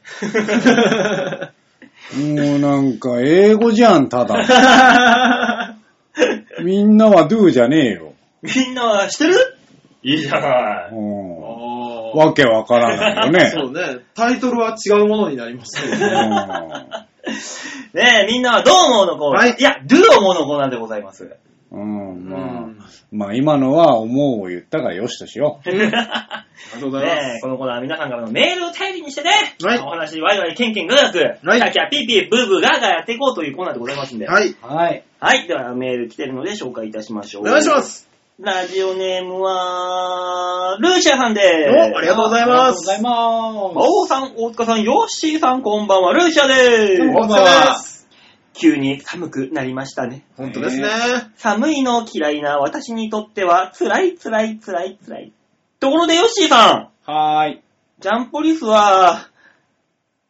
A: もうなんか英語じゃん、ただ。 みんなはドゥじゃねえよ。
B: ゥみんなは知ってるいいじゃ な
A: う
B: い。
A: ん
C: わ
A: わけわからないよね。
C: そうね。タイトルは違うものになりますよね。
B: ねえ、みんなはどう思うのコーナー。
C: はい
B: い、や、ドゥ思うのコーナーでござい ます。
A: うん。う、
C: うんん
A: まあ、まあ今のは思うを言ったがよしとしよ
C: ありがとうござい
B: ね
C: ま
B: え、
C: す。
B: このコーナーは皆さんからのメールを頼りにしてね、
C: はい
B: お話、ワイワイ、ケンケンガガク、
C: はい
B: キャキャピーピー、ブーブーガーガーやっていこうというコーナーでございますんで。はい。
C: はい。
A: う。はい。
B: ではメール来てるので紹介いたしましょ
C: お
B: う。
C: 願いしま。す。
B: ラジオネームは、ルーシャさんです。
C: おありがとうございます
A: ありがとうござ
B: 馬
A: いま
B: 王さん、大塚さん、ヨッシーさん、こんばんは、ルーシャで
C: お
A: こんば
B: す。
C: 疲
A: んは
C: れ様です。
B: 急に寒くなりましたね。
C: 本当ですね。
B: 寒いの嫌いな私にとっては、辛い辛い辛い辛い。ところで、ヨッシーさん、
A: す。はーい。
B: ジャンポリスは、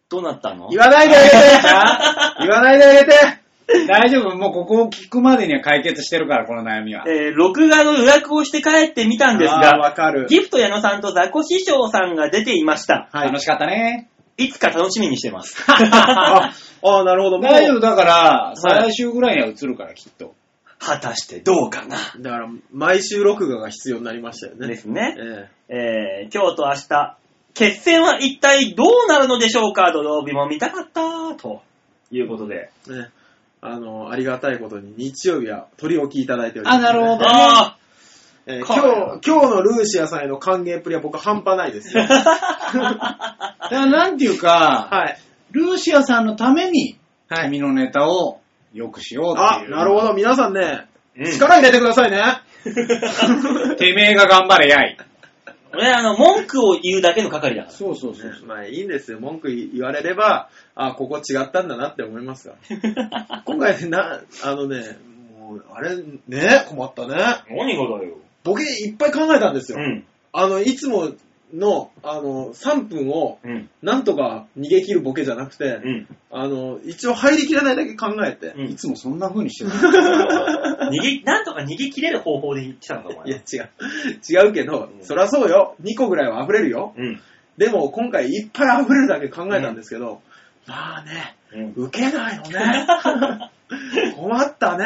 B: どうなったの
C: 言わないであげて言わないであげて
A: 大丈夫、もうここを聞くまでには解決してるから、この悩みは。
B: えー録画の予約をして帰ってみたんです
C: あーわ
B: が、
C: かる。
B: ギフト矢野さんとザコ師匠さんが出ていました。
C: はい
A: 楽しかったね。
B: いつか楽しみにして ます。
C: あ
B: 果
C: あ、なるほど。もう
A: 大丈夫、だから、
C: はい
A: 最終ぐらいには映るから、きっと。
B: たしてどうかな。
C: だから、毎週録画が必要になりましたよね。
B: ですね。え
C: え
B: ー今日と明日、決戦は一体どうなるのでしょうか土曜日も見たかった、ということで。
C: えねあの、ありがたいことに日曜日は取り置きいただいております、
A: あなるほど
B: あ
C: えー
B: か
C: 今日、今日のルーシアさんへの歓迎っぷりは僕半端ないですよ。
A: だから、なんていうか、
C: はい。
A: ルーシアさんのために、
C: はい
A: 君のネタを良くしようって
C: あ
A: い、う。
C: なるほど。皆さんね、
B: うん
C: 力入れてくださいね。
A: ど。てめえが頑張れやい。
B: あ、俺、あの、文句を言うだけの係だか
A: そうそうそう。
C: まあいいんですよ。文句言われれば、あ、ここ違ったんだなって思いますが。
B: ら。
C: 今回な、あのね、もう、あれ、ね、困ったね。
B: 何がだよ。
C: ボケいっぱい考えたんですよ。
B: うん。
C: あの、いつもの、あの、3分を、
B: うん。
C: なんとか逃げ切るボケじゃなくて、
B: うん。
C: あの、一応入りきらないだけ考えて。
B: うん
A: いつもそんな風にして る。
B: 逃げ、なんとか逃げ切れる方法で言ってたのか、お
C: いや、
B: 前。
C: 違う。違うけど、
B: うん
C: そりゃそうよ。2個ぐらいは溢れるよ。
B: うん。
C: でも、今回いっぱい溢れるだけ考えたんですけど、まあね、
B: うん
C: 受けない よね。 困ったね。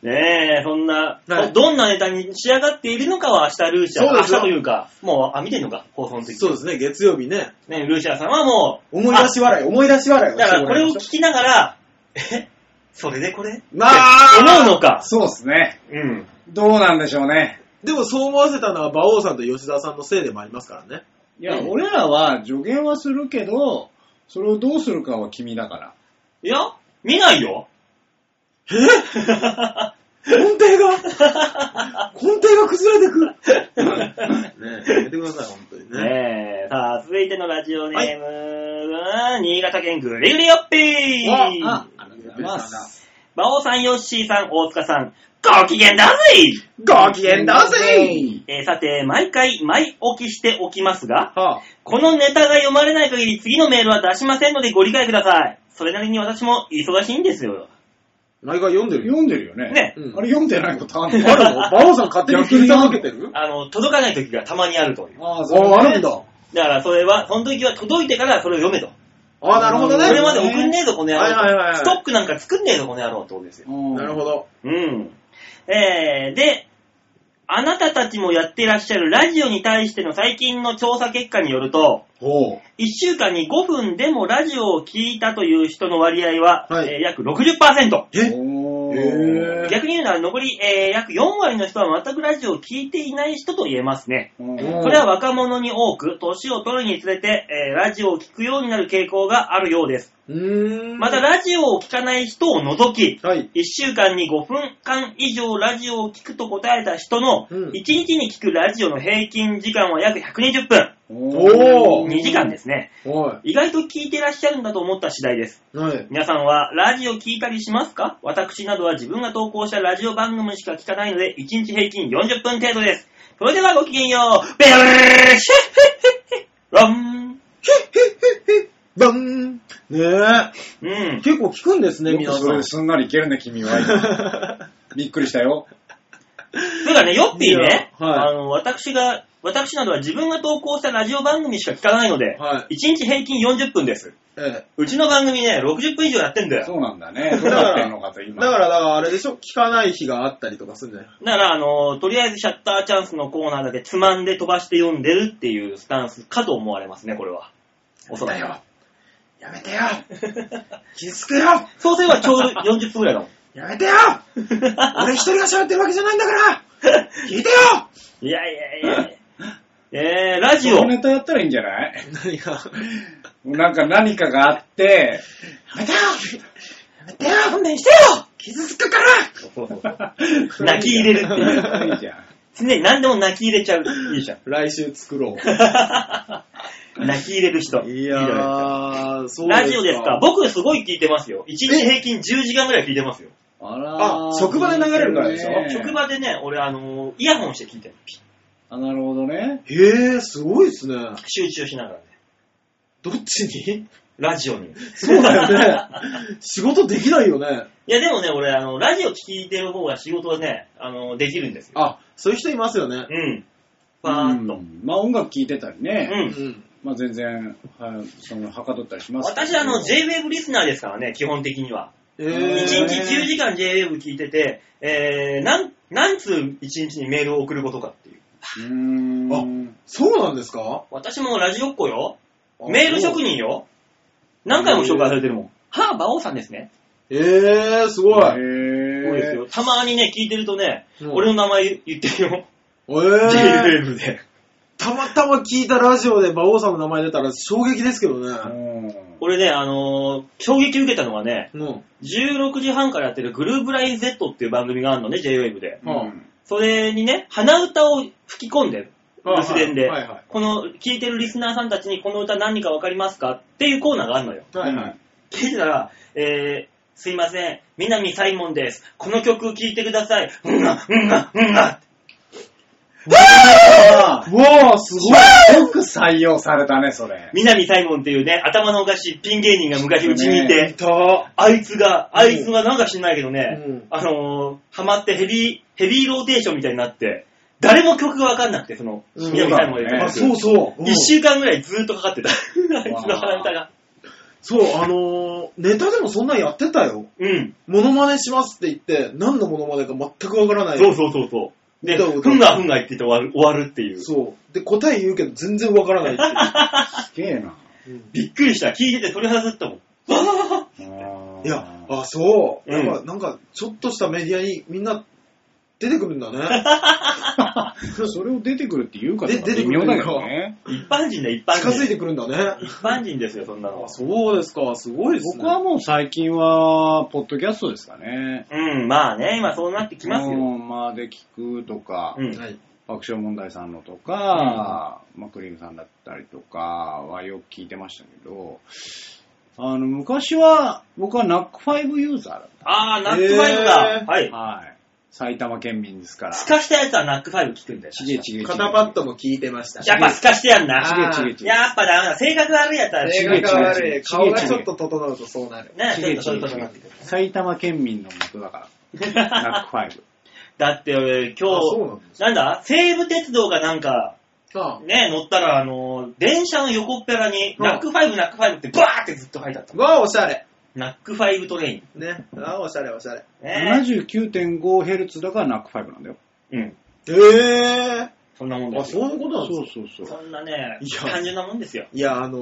B: ねえ、そんな、
C: はい
B: どんなネタに仕上がっているのかは明日ルーシャ、
C: そう
B: 明
C: で
B: 日
C: すよ
B: というか、もう、あ、見てんのか、放送の時。
C: そうですね、月曜日ね。
B: ね、ルーシャさんはもう、
C: 思い出し笑い、思い出し笑い
B: あ
C: を
B: だからこれを
C: してもらいま
B: 聞
C: しょ
B: きながら、え、それでこれ
C: うまあ、
B: 思うのか。
A: そうですね。
B: うん。
A: どうなんでしょうね。
C: でもそう思わせたのは馬王さんと吉沢さんのせいでもありますからね。
A: いや、
B: うん
A: 俺らは助言はするけど、それをどうするかは君だから。
B: いや、見ないよ。
C: 根底が、根底が崩れてくる。ねえ、やめてください、本当にね。
B: ねえ、さあ、続いてのラジオネームは、新潟県グリグリオッピー。
A: あ、ありがとうございます。
B: 馬王さん、ヨッシーさん、大塚さん、ご機嫌だぜ
C: ご機嫌だぜ
B: えーさて、毎回、毎置きしておきますが、
C: はあ、
B: このネタが読まれない限り次のメールは出しませんのでご理解ください。それなりに私も忙しいんですよ。
C: 毎回読んでるよ。
A: 読んでるよね。
B: ね
C: うん
A: あれ読んでないことあんの
C: あるの馬王さん勝手に切り続けてる
B: あの、届かない時がたまにあるという。
A: ああ
C: ああ、あるん。だ。
B: だからそれは、その時は届いてからそれを読めと。
C: ああ、なるほ
B: そ
C: どね。
B: れまで送んねえぞ、この野郎と。
C: はいはいはいはい
B: ストックなんか作んねえぞ、この野郎ってことですよ。
A: な
C: なるほ。ど。
B: うん。えー、で、あなたたちもやってらっしゃるラジオに対しての最近の調査結果によると、
A: おう
B: 1週間に5分でもラジオを聞いたという人の割合は、
C: はい
B: えー約60%。
C: え
A: お
C: へー
A: ー
B: 逆に言うなら残り、えー約4割の人は全くラジオを聞いていない人と言えますね。
A: うん
B: これは若者に多く、年を取るにつれて、えーラジオを聞くようになる傾向があるようです。
C: うーん。
B: また、ラジオを聞かない人を除き、
C: はい。
B: 1週間に5分間以上ラジオを聞くと答えた人の、
C: う
B: 1
C: ん
B: 日に聞くラジオの平均時間は約120分、
A: お
C: うん
A: ー
B: 2時間ですね。
C: おい。
B: 意外と聞いてらっしゃるんだと思った次第です。
C: はい。
B: 皆さんはラジオ聞いたりしますか私などは自分が投稿したラジオ番組しか聞かないので、1日平均40分程度です。それではごきげんよう。ベルーシュッロン。
C: バンねえ。
B: うん。
C: 結構聞くんですね、
A: よ
C: 皆
A: く
C: さ
A: それ
C: ん
A: で。すんなりいけるね、君は。びっくりしたよ。
B: てかね、ヨッピーね、
C: いやはい
B: あの、私が、私などは自分が投稿したラジオ番組しか聞かないので、
C: は
B: 1日平均40分です。
C: え
B: うちの番組ね、60分以上やってんだよ。
A: そうなんだね。どうなってんのかと
C: え。
A: 今。
C: だから、だからあれでしょ聞かない日があったりとかするんじゃない
B: だから、あの、とりあえずシャッターチャンスのコーナーだけつまんで飛ばして読んでるっていうスタンスかと思われますね、これは。おそらく。
C: やめてよ 傷つくよ
B: そうすればちょうど40分ぐらいだもん。
C: やめて よ俺一人が喋ってるわけじゃないんだから聞いてよ
B: いやいや いや。えー、ラジ
A: そうい
B: オ
A: う。ネタやったらいいんじゃない
C: 何が
A: なんか何かがあって、
C: やめてよやめてよ勘弁してよ傷つくから
B: 泣き入れるっていう
A: いいじゃん。
B: 常に何でも泣き入れちゃう。いいじゃん。
C: 来週作ろ
B: 泣き入れる人。
C: う。
B: いいじゃないですか
C: ー、そ
B: ラジオですか僕すごい聞いてますよ。1日平均10時間ぐらい聞いてますよ。
A: あ
C: あ職場で流れるからでしょ
A: ね
B: 職場でね、俺あのー、イヤホンして聞いてる。ピッ
A: あ、なるほどね。
C: へえ、すごいですね。
B: 集中しながらね。
C: どっちに
B: ラジオに。
C: そうだ よね。仕事できないよね。
B: いやでもね、俺あの、ラジオ聞いてる方が仕事ね、あの、できるんですよ。
C: あ、そういう人いますよね。
B: うん。パーッと。
A: う
B: うん。
A: まあ音楽聴いてたりね。
C: うんん。
A: まあ全然、はい、その、はかどったりしますけど。
B: 私あの、JWAVE リスナーですからね、基本的には。
C: え
B: 1
A: 一
B: 日10時間 JWAVE 聞いてて、えー、なん、何通1日にメールを送ることかっていう。
A: うーん。
C: そうなんですか
B: 私もラジオっ子よ。
C: あ
B: メール職人よ。何回も紹介されてるもん。はぁ、馬王さんですね。
C: えー、すごい。
A: へ
B: そうですよ。たまにね、聞いてるとね、
C: うん
B: 俺の名前言ってるよ。
C: え
B: JWAVE で。
C: たまたま聞いたラジオで馬王さんの名前出たら衝撃ですけど
A: ー
C: ね。
B: 俺ね、あのー衝撃受けたのはね、
C: うん。
B: 16時半からやってるグルーブライン Z っていう番組があるのね、JWAVE で。
A: うん。うん
B: それにね、鼻歌を吹き込んでる。留守電で
C: はいは。
B: この、聞いてるリスナーさんたちにこの歌何かわかりますかっていうコーナーがあるのよ。
C: い。はいはい。
B: 聞いてたら、えー、すいません、南サイモンです。この曲聴いてください。うんが、うんが、うんが。
A: あー
C: うわー、すごい。
A: よく採用されたね、それ。
B: 南サイモンっていうね、頭のおかしいピン芸人が昔うちにい
A: ね
B: て、あいつが、あいつがなんか知んないけどね、
C: うん
B: あのー、ハマってヘビー、ヘビーローテーションみたいになって、誰も曲がわかんなくて、その、
C: うん
B: 南サイモンで、
A: ね
C: あ、そうそう。うん
B: 一週間ぐらいずーっとかかってた。あいつの鼻歌が。
C: そう、あのー、ネタでもそんなんやってたよ。
B: うん。
C: モノマネしますって言って、何のモノマネか全くわからない。
B: そうそうそうそう。で、
C: 歌を歌
B: ふ
C: うん
B: がふんが言ってて終わる、終わるっていう。
C: そう。で、答え言うけど全然わからない
A: すげえな。
C: っていう
B: びっくりした。聞いてて取り外ったもん。わー
A: あー
C: いや、あ、そう。
B: うん
C: やっぱ、なんか、ちょっとしたメディアにみんな出てくるんだね。
A: それを出てくるって言うかどうか
C: で出て
A: 微
C: くる
A: 妙
C: の
A: だけどね。
B: 一般人だ、一般人。
C: 近づいてくるんだね。
B: 一般人ですよ、そんなの
C: あ
B: は。
C: そうですか、すごいですね。
A: 僕はもう最近は、ポッドキャストですかね。
B: うん、まあね、今そうなってきますよ。
A: うんまあで聞くとか、
B: うん。
C: はい。
A: 爆笑問題さんのとか、まあクリームさんだったりとかはよく聞いてましたけど、あの、昔は僕はナックファイブユーザーだっ
B: ああ、ナックファイブだ
C: へ。ー
B: はい
A: た。。はい。埼玉県民ですから。
B: すかしたやつはナックファイブ聞くんだよ。
A: ちげちげちげ。
C: 肩パッドも聞いてました。
B: やっぱすかしてやんな。
C: あ
A: ちげちげちげ。
B: やっぱダメだ。性格悪いやつは、
A: 性
C: 映
B: ね、
C: 画が悪い。
A: ちげちげ
C: 顔がちょっと整うとそうなる。
A: ち
B: ちょっ
A: げ
B: と
A: ち
B: そういう
A: げ
B: こと
A: ち
B: にな
A: げ
B: ってくる。。
A: 埼玉県民の元だから。ナックファイブ。
B: だって俺、今
C: あそうなん
B: 日、なんだ西武鉄道がなんか、
C: さあ、
B: ね、乗ったら、あの、電車の横っ腹に、ナックファイブ、ナックファイブってバーってずっと書いてあった。
C: わあ、おしゃれ。
B: ナックファイブトレイン。
C: ね。わあ、おしゃれ、おしゃれ。
B: ね
A: 79.5Hz だからナックファイブなんだよ。
B: うん。
C: へえ。
B: そんなもんで
C: あ、
B: すよ。
C: そういうこと
A: そ
C: なんです
A: う
C: か
A: そうそう。
B: そんなね
C: い、や
B: 単純なもんですよ。
C: いや、あの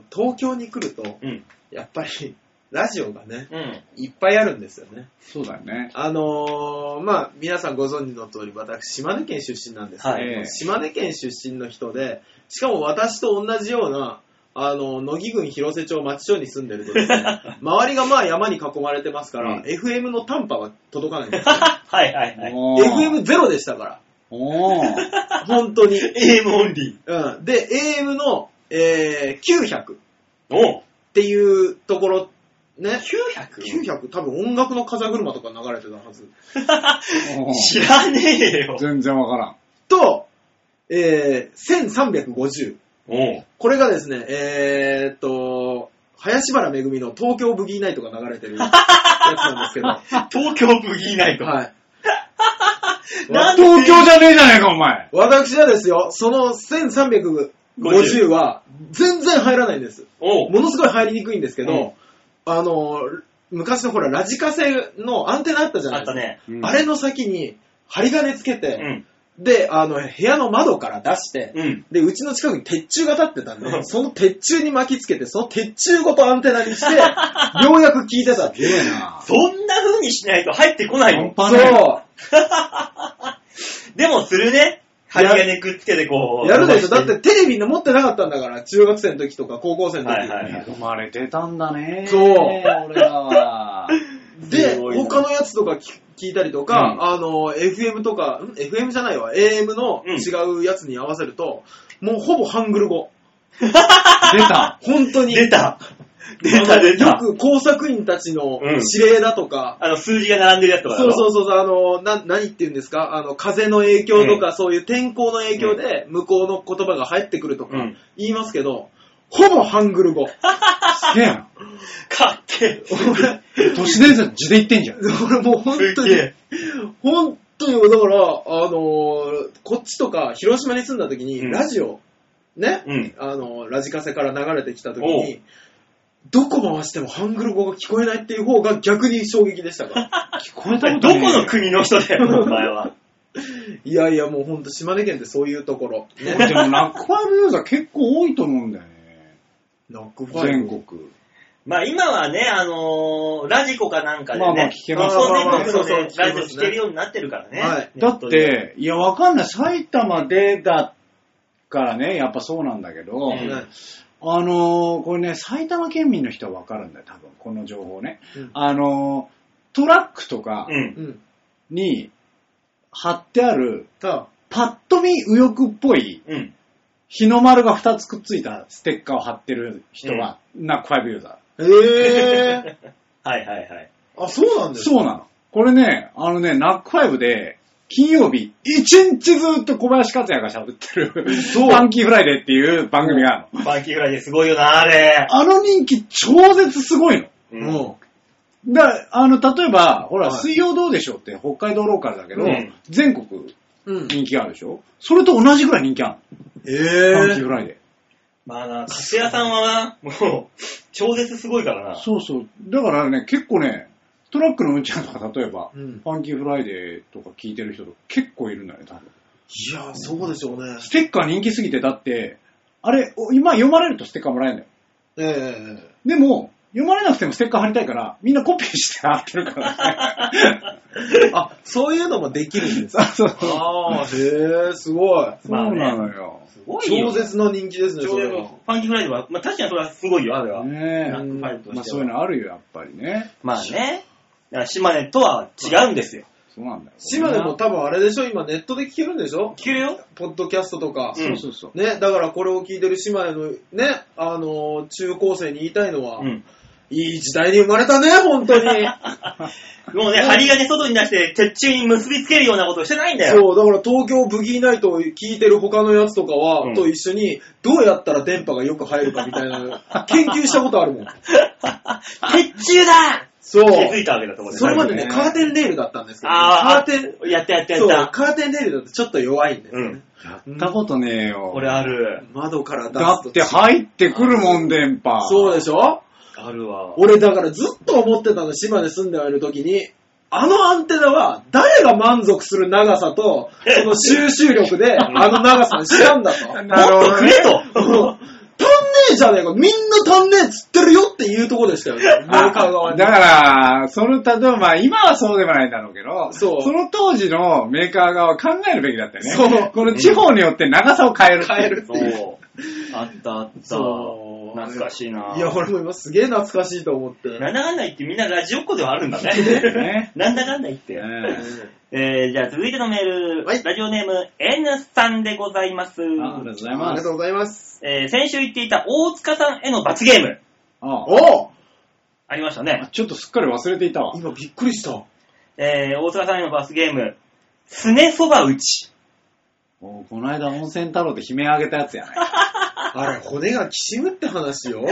C: ー、東京に来ると、
B: うん。
C: やっぱり、ラジオがね、
B: うん。
C: いっぱいあるんですよね。
A: そうだよね。
C: あのー、まあ、皆さんご存知の通り、私、島根県出身なんですけど、
B: はい
A: ええ
C: 島根県出身の人で、しかも私と同じような、あの、乃木郡広瀬町町町に住んでるとです ね、周りがまあ山に囲まれてますから、
A: うん
C: FM の短波は届かないんです
B: はいはいはい。
A: おー
C: FM0 でしたか
A: おー
C: ら、本当に。
B: AM オンリー。
C: うん、で、AM の、えー900っ
B: お
C: ていうところ、ね、
B: 900?
C: 900多分音楽の風車とか流れてたはず。
A: お ー
B: 知らねえよ。
A: 全然わからん。
C: と、えー1350。
B: お
C: これがですね、えーっと、林原めぐみの東京ブギーナイ トが流れてるやつなんですけど、は
B: 東京ブギーナイト。
C: い。
B: なんで
A: 東京じゃねえじゃねえか、お前。
C: 私はですよ、その1350は全然入らないんです。
B: おう
C: ものすごい入りにくいんですけど、
B: うん
C: あの、昔のほら、ラジカセのアンテナあったじゃな
B: あ
C: い
B: っ
C: で
B: た
C: すか。
B: ね。
A: うん
C: あれの先に針金つけ
B: う
C: て、
B: ん。
C: で、あの、部屋の窓から出して、
B: うん。
C: で、うちの近くに鉄柱が立ってたん
B: う
C: で、
B: ん
C: その鉄柱に巻きつけて、その鉄柱ごとアンテナ にして、ようやく聞いてたっていう。
B: そんな風にしないと入ってこないよ。
A: 半端ない
C: そ
B: でもするね。針金くっつけてこ
C: う、
B: う。
C: やるでしょ。だ
B: 伸ば
C: っててテレビの持ってなかったんだから、中学生の時とか高校生の時。
B: はいはい
A: 恵まれてたんだね。
C: そう
A: 俺らは。
C: で、
B: すごいな
C: 他のやつとか聞聞いたりとか、
A: うん
C: あの、FM とか、ん FM じゃないわ、AM の
B: うん
C: 違うやつに合わせると、もうほぼハングル語。
A: 出た。
C: 本当に。
B: 出た出
C: あ
B: た
C: の
B: 出た
C: よ。く工作員たちの
B: うん
C: 指令だとか、
B: あの、数字が並んでるやつとかだ
C: そ
B: ろ
C: うそうそうそう、あの、な、何って言うんですかあの、風の影響とか、
B: う
C: そういう天候の影響で、向こうの言葉が入ってくるとか
B: うん、
C: 言いますけど、ほぼハングル語。
A: すげえな。
B: かっけえ。
C: 俺、
A: 都市伝説地で言ってんじゃん。
C: 俺もう本当
B: す
C: に
B: げ、え。
C: 本当に、だから、あのーこっちとか、広島に住んだ時に、
B: うん
C: ラジオ、ね、
B: うん
C: あのーラジカセから流れてきた時
B: おう
C: に、どこ回してもハングル語が聞こえないっていう方が逆に衝撃でし たから。
A: 聞こえ
B: ど
A: た
B: こ
A: ことねえ
B: の国の人だよ、お前は。
C: いやいや、もうほんと、島根県ってそういうところ。ね、
A: でも、ラックファイブユーザー結構多いと思うんだ よね。
C: ノックファイ
A: 全
C: ブ
A: 国。
B: まあ今はね、あのー、ラジコかなんかでね、
A: まあまあ聞けます
B: まあそう全国の
C: まあまあまあ
B: ね
C: 聞けますね
B: ラジオ聞けるようになってるからね。
C: はい
A: だって、いや、わかんない。埼玉でだからね、やっぱそうなんだけど、
B: うん
C: はい
A: あのーこれね、埼玉県民の人はわかるんだよ、多分、この情報ね。
C: うん
A: あのートラックとか
B: うん。
C: うん。
A: に貼ってある、
C: た
A: パッと見右翼っぽい
B: うん。
A: 日の丸が2つくっついたステッカーを貼ってる人は、ナックファイブユーザ
C: え ー、
B: はいはいはい。
C: あ、そうなん
A: ー。
C: です
A: そうなの。これね、あのね、ナックファイブで、金曜日、一日ずっと小林克也が喋ってる、パンキーフライデーっていう番組があるの。
B: バンキーフライですごいよな、あれ。
A: あの人気超絶すごいの。
B: うん
C: も
A: だからあの、例えば、ほら、
C: はい
A: 水曜どうでしょうって北海道ローカルだけど、
B: うん
A: 全国
C: う。うん。
A: 人気があるでしょそれと同じぐらい人気あ
C: え
A: るの。ファンキー
C: ー、
A: フライデ
B: まあな、かすやさんはな、もう、超絶すごいから
A: ー。
B: な。
A: そうそう。だからね、結構ね、トラックのうんちゃんとか、例えば、
C: うん
A: ファンキーフライデーとか聞いてる人とか結構いるんだよね、多分。
C: いや、そうでしょうね。
A: ステッカー人気すぎて、だって、あれ、お今読まれるとステッカーもらえるんだよ。
C: えー、
A: でも、読まれなくてもステッカー貼りたいから、みんなコピーして貼ってる からね。
C: あ、そういうのもできるんです
A: そうそう。
C: ああ、へえ、すごい。
A: そうなのよ。
B: すごいよ。
C: 超絶の人気ですね、
B: 超
C: それ
B: 絶
C: は。
B: ファンキーフライでは、まあ確かにそれはすごいよ、あれは。
A: ね
B: ナ
A: え。
B: ックファイブとしては。
A: まあそういうのあるよ、やっぱりね。
B: まあね。だから島根とは違うんですよ。
A: そうなんだよ。
C: 島根も多分あれでしょ今ネットで聞けるんでしょ
B: 聞けるよ。
C: ポッドキャストとか。
A: そうそうそう。
C: ね、だからこれを聞いてる島根のね、あのー中高生に言いたいのは、
B: うん。
C: いい時代に生まれたね、本当に。
B: もうね、針金外に出して、鉄柱に結びつけるようなことをしてないんだよ。
C: そう、だから東京ブギーナイトを聞いてる他のやつとかは、
B: うん
C: と一緒に、どうやったら電波がよく入るかみたい な、研究したことあるもん。
B: 鉄柱だ
C: そう。
B: 気づいたわけだと思うね
C: それまでね、
A: なるほ
C: カ
A: どね
C: ーテンレールだったんですけど、
B: あーあ、
C: カーテン、
B: やったやったや
C: そ
B: っ
C: う、
B: た。
C: カーテンレールだとちょっと弱いんです
B: う
C: よね。
B: ん。
A: やったことねえよ。
B: 俺ある。
C: 窓から出
A: だ
C: すと
A: って入ってくるもん、電波。
C: そうでしょ
B: あるわ。
C: 俺だからずっと思ってたの、島根住んではいる時に、あのアンテナは誰が満足する長さ と、その収集力であの長さにしたん だと。もっ
A: なるほ
B: もっと
A: ど
B: く
A: ね。
B: れと。
C: と足んねえじゃねえか、みんな足んねえっつってるよっていうとこで したよね、メーカー側
A: あ
C: に
A: だ。から、その、例えば、まあ、今はそうでもないんだろうけど、
C: そう
A: の当時のメーカー側は考えるべきだったよね。
C: そう
A: この地方によって長さを変えるっていう
C: 変える
B: そう。あったあった。
C: そう
B: 懐かしいない
C: や、俺も今すげえ懐かしいと思って。
B: なんだかんだ言ってみんなラジオっ子ではあるんだね
A: ね。
B: なんだかんだ言って。
A: うん
B: えー、じゃあ続いてのメール、
C: はい
B: ラジオネーム N さんでございます。
A: あありがとうござい
C: あり
A: ま
C: が
A: す
C: と。うございます。
B: えー、先週言っていた大塚さんへの罰ゲーム、
A: ああ
C: おう
B: ありましたね。
A: ちょっとすっかり忘れていたわ。
C: 今びっくりした。
B: えー、大塚さんへの罰ゲーム、すねそば打ち。
A: おこの間温泉太郎で悲鳴あげたやつやね。
C: あれ、骨がきしむって話よ。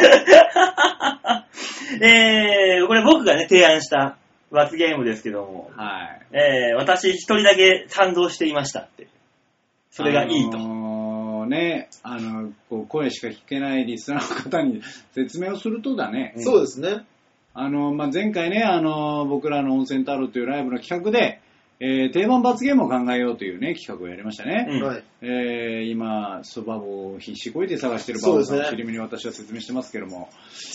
B: えー、これ僕がね、提案した罰ゲームですけども、
C: はい。
B: えー、私一人だけ賛同していましたって。それがいいと。
A: あのーね、あの、こう声しか聞けないリスナーの方に説明をするとだね。
C: そうですね。
A: あの、まあ、前回ね、あの、僕らの温泉太郎というライブの企画で、えー定番罰ゲームを考えようというね、企画をやりましたね。
B: うん
C: はい。
A: えー今、そば棒を必死こいて探してる
C: そう
A: 場
C: で
A: 合
C: すね
A: の尻目に私は説明してますけども。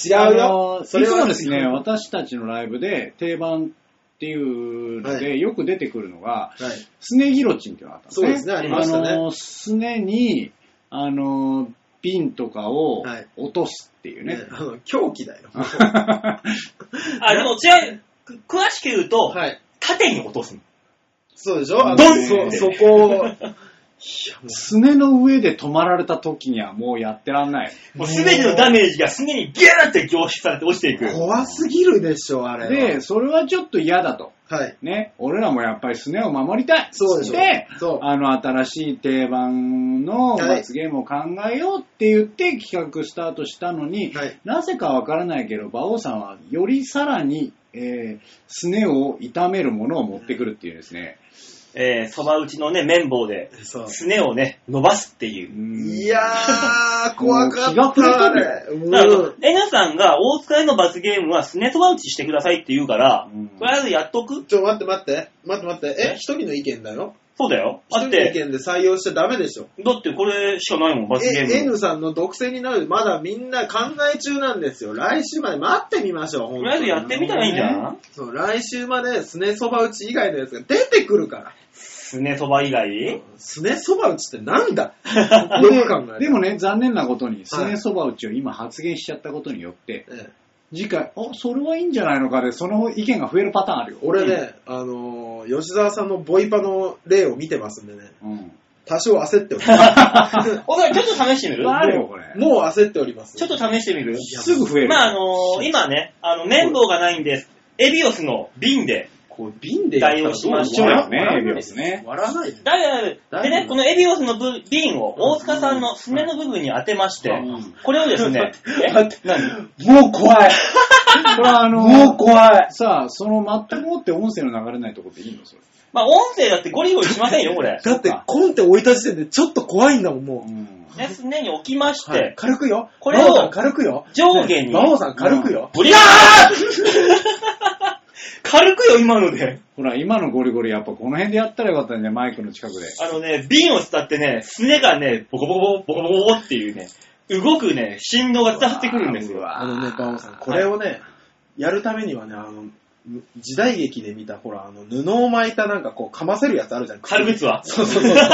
C: 違う
A: あ
C: よ。
A: の
C: それ
A: いつ
C: は
A: もですね、私たちのライブで定番っていうので、
C: は
A: よく出てくるのが、
C: はい。
A: スネギロチンっていうのがあっ
C: そ
A: たんです
C: う
A: ね。
C: ですね、ありました
A: あ
C: ね。
A: の、すねに、あの、瓶とかを
C: はい
A: 落とすっていう ね。
C: ねあの、狂気だよ。
B: あ、でも違う、く詳しく言うと、
C: はい。
B: 縦に落とすの。
C: そうでしょあの
B: ドン
C: そそこを。いや、も
A: すねの上で止まられた時にはもうやってらんない。
B: もうすべてのダメージがすねにギューって凝縮されて落ちていく。
C: う、怖すぎるでしょ、あれは。
A: で、それはちょっと嫌だと。
C: はい。
A: ね。俺らもやっぱりすねを守りたい。
C: そうでしょ
A: で、
C: そう
A: あの、新しい定番の
C: はい
A: 罰ゲームを考えようって言って企画スタートしたのに、
C: はい
A: なぜかわからないけど、馬王さんはよりさらに、えー、すねを痛めるものを持ってくるっていうですね。
B: えー、そば打ちのね、綿棒で、
C: そう。
B: すねをね、伸ばすっていうう。
A: ん
C: いやー、怖かった。
A: もう気が狂っ
C: あれ
B: だから
C: も、
B: エナさんが大塚への罰ゲームはすねそば打ちしてくださいって言うから
A: うん、
B: とりあえずやっとく
C: う、ちょ、待って待って。待って待って。え
B: え、
C: 一人の意見だよ。
B: そうだよ。
C: 一
B: だ
C: 人
B: っ
C: の意
B: て、
C: 見で採用しちゃダメでしょ。
B: だってこれしかないもん、罰ゲ
C: え、
B: ーム
C: N。さんの独占になる、まだみんな考え中なんですよ。来週まで待ってみましょう、
B: と
C: 本
B: りあえずやってみたらいいんじゃ
A: なるほ
B: ん
C: そう、来週まですねそば打ち以外のやつが出てくるから。
B: すねそば以外
C: すねそば打ちってなん だよく考える
A: でもね、残念なことに、すねそば打ちを今発言しちゃったことによって、
C: ええ
A: 次回、あ、それはいいんじゃないのかで、その意見が増えるパターンあるよ。
C: 俺ね、あのー吉沢さんのボイパの例を見てますんでね、
A: うん。
C: 多少焦っており ま
B: お前ちょっと試してみる
A: あるよ、これ
C: す。。もう焦っております。
B: ちょっと試してみる
A: すぐ増える。
B: まああのー今ね、あの、綿棒がないんです。エビオスの瓶で、
C: こう、瓶でやったらど
B: 対
C: う
B: 応しまし
A: ょうよ
C: 笑わない
A: ねエビオスね
C: 笑わないよ
B: だいぶで
C: だいぶ
B: ね、このエビオスのぶ瓶を大塚さんのすねの部分に当てまして
A: うん、
B: これをですね、え何
A: もう怖い。これはあの、
D: もう怖い。
A: さあ、その全くもって音声の流れないところでいいのそれ。
B: まあ音声だってゴリゴリしませんよ、これ。
C: だって、コンって置いた時点でちょっと怖いんだもん、もう。
A: うん。
B: ね、すねに置きまして、
C: はい、軽くよ。
B: これを
C: 馬王さん軽くよ。
B: 上下に
C: 馬王さん軽くよ。
B: ブリャー 軽くよ、今ので。
A: ほら、今のゴリゴリ、やっぱこの辺でやったらよかったね、マイクの近くで。
B: あのね、瓶を伝ってね、すねがね、ボコボコボコボコボコっていうね、動くね、振動が伝わってくるんですよ。
C: あのね、馬王さん、これをね、やるためにはね、あの、時代劇で見た、ほら、あの、布を巻いたなんかこう、噛ませるやつあるじゃん。
B: 軽口は。
C: そうそうそうそう。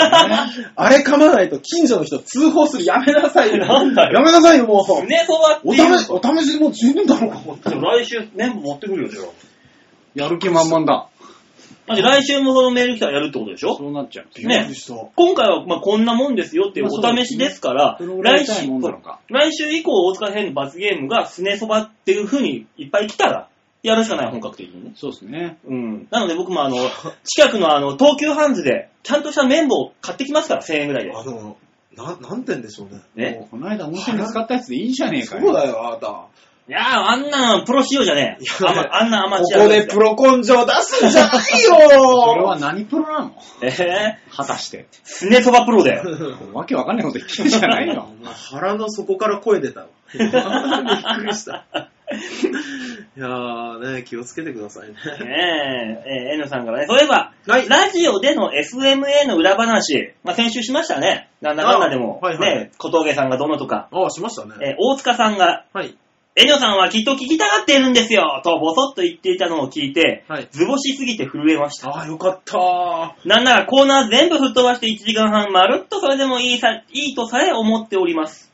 C: あれ噛まないと近所の人通報する。やめなさいよ。
B: なんだよ
C: やめなさいよ、も
B: す
C: う。
B: ねそばって
C: お
B: いうの
C: 試し、お試しでもう十分だろうが、もう
B: 来週、綿棒持ってくるよ、じゃあ。
A: やる気満々だ。
B: だって来週もそのメール来たらやるってことでしょ
A: そうなっちゃう。
C: びっくりした。
B: 今回はまあこんなもんですよっていう
A: まあ
B: お試しですから、
A: そうですねそれぐらい
B: 来
A: 痛い
B: 週
A: もんなのか、
B: 来週以降大塚編の罰ゲームがすねそばっていう風にいっぱい来たら、やるしかない、本格的にね。
A: そうですね。
B: うん。なので僕も あの、近くのあの、東急ハンズで、ちゃんとした綿棒を買ってきますから、1000円ぐらいで。
C: あの、な、なんて言うんでしょうね。
B: ね
A: もうこの間温泉で使ったやつでいいじゃねえ
C: そ
A: か
C: う
A: よ。
C: だよ、あなた。
B: いやー、あんなプロ仕様じゃねえ。
C: いや
B: あんまあんなアマ
C: こ
B: チュア
C: こでプロ根性出すんじゃないよ
A: それは何プロなの
B: えー、
A: 果たして。
B: すねそばプロだよ。
A: わけわかんないこと言ってるじゃないよ。
C: まあ 腹の底から声出たわ。びっくりした。いやーね、気をつけてくださいね。
B: ねえ、えー、N さんからね。そういえば、
C: はい
B: ラジオでの SMA の裏話、まあ、先週しましたね。なんだかんだでも、
C: あはいはい
B: ね、小峠さんがどうのとか、
C: ああ、しましたね。
B: えー大塚さんが、
C: はい。
B: えのさんはきっと聞きたがっているんですよとボソッと言っていたのを聞いて、
C: はい
B: 図星すぎて震えました。
C: ああ、よかったー。
B: なんならコーナー全部吹っ飛ばして1時間半まるっとそれでもいいさ、いいとさえ思っております。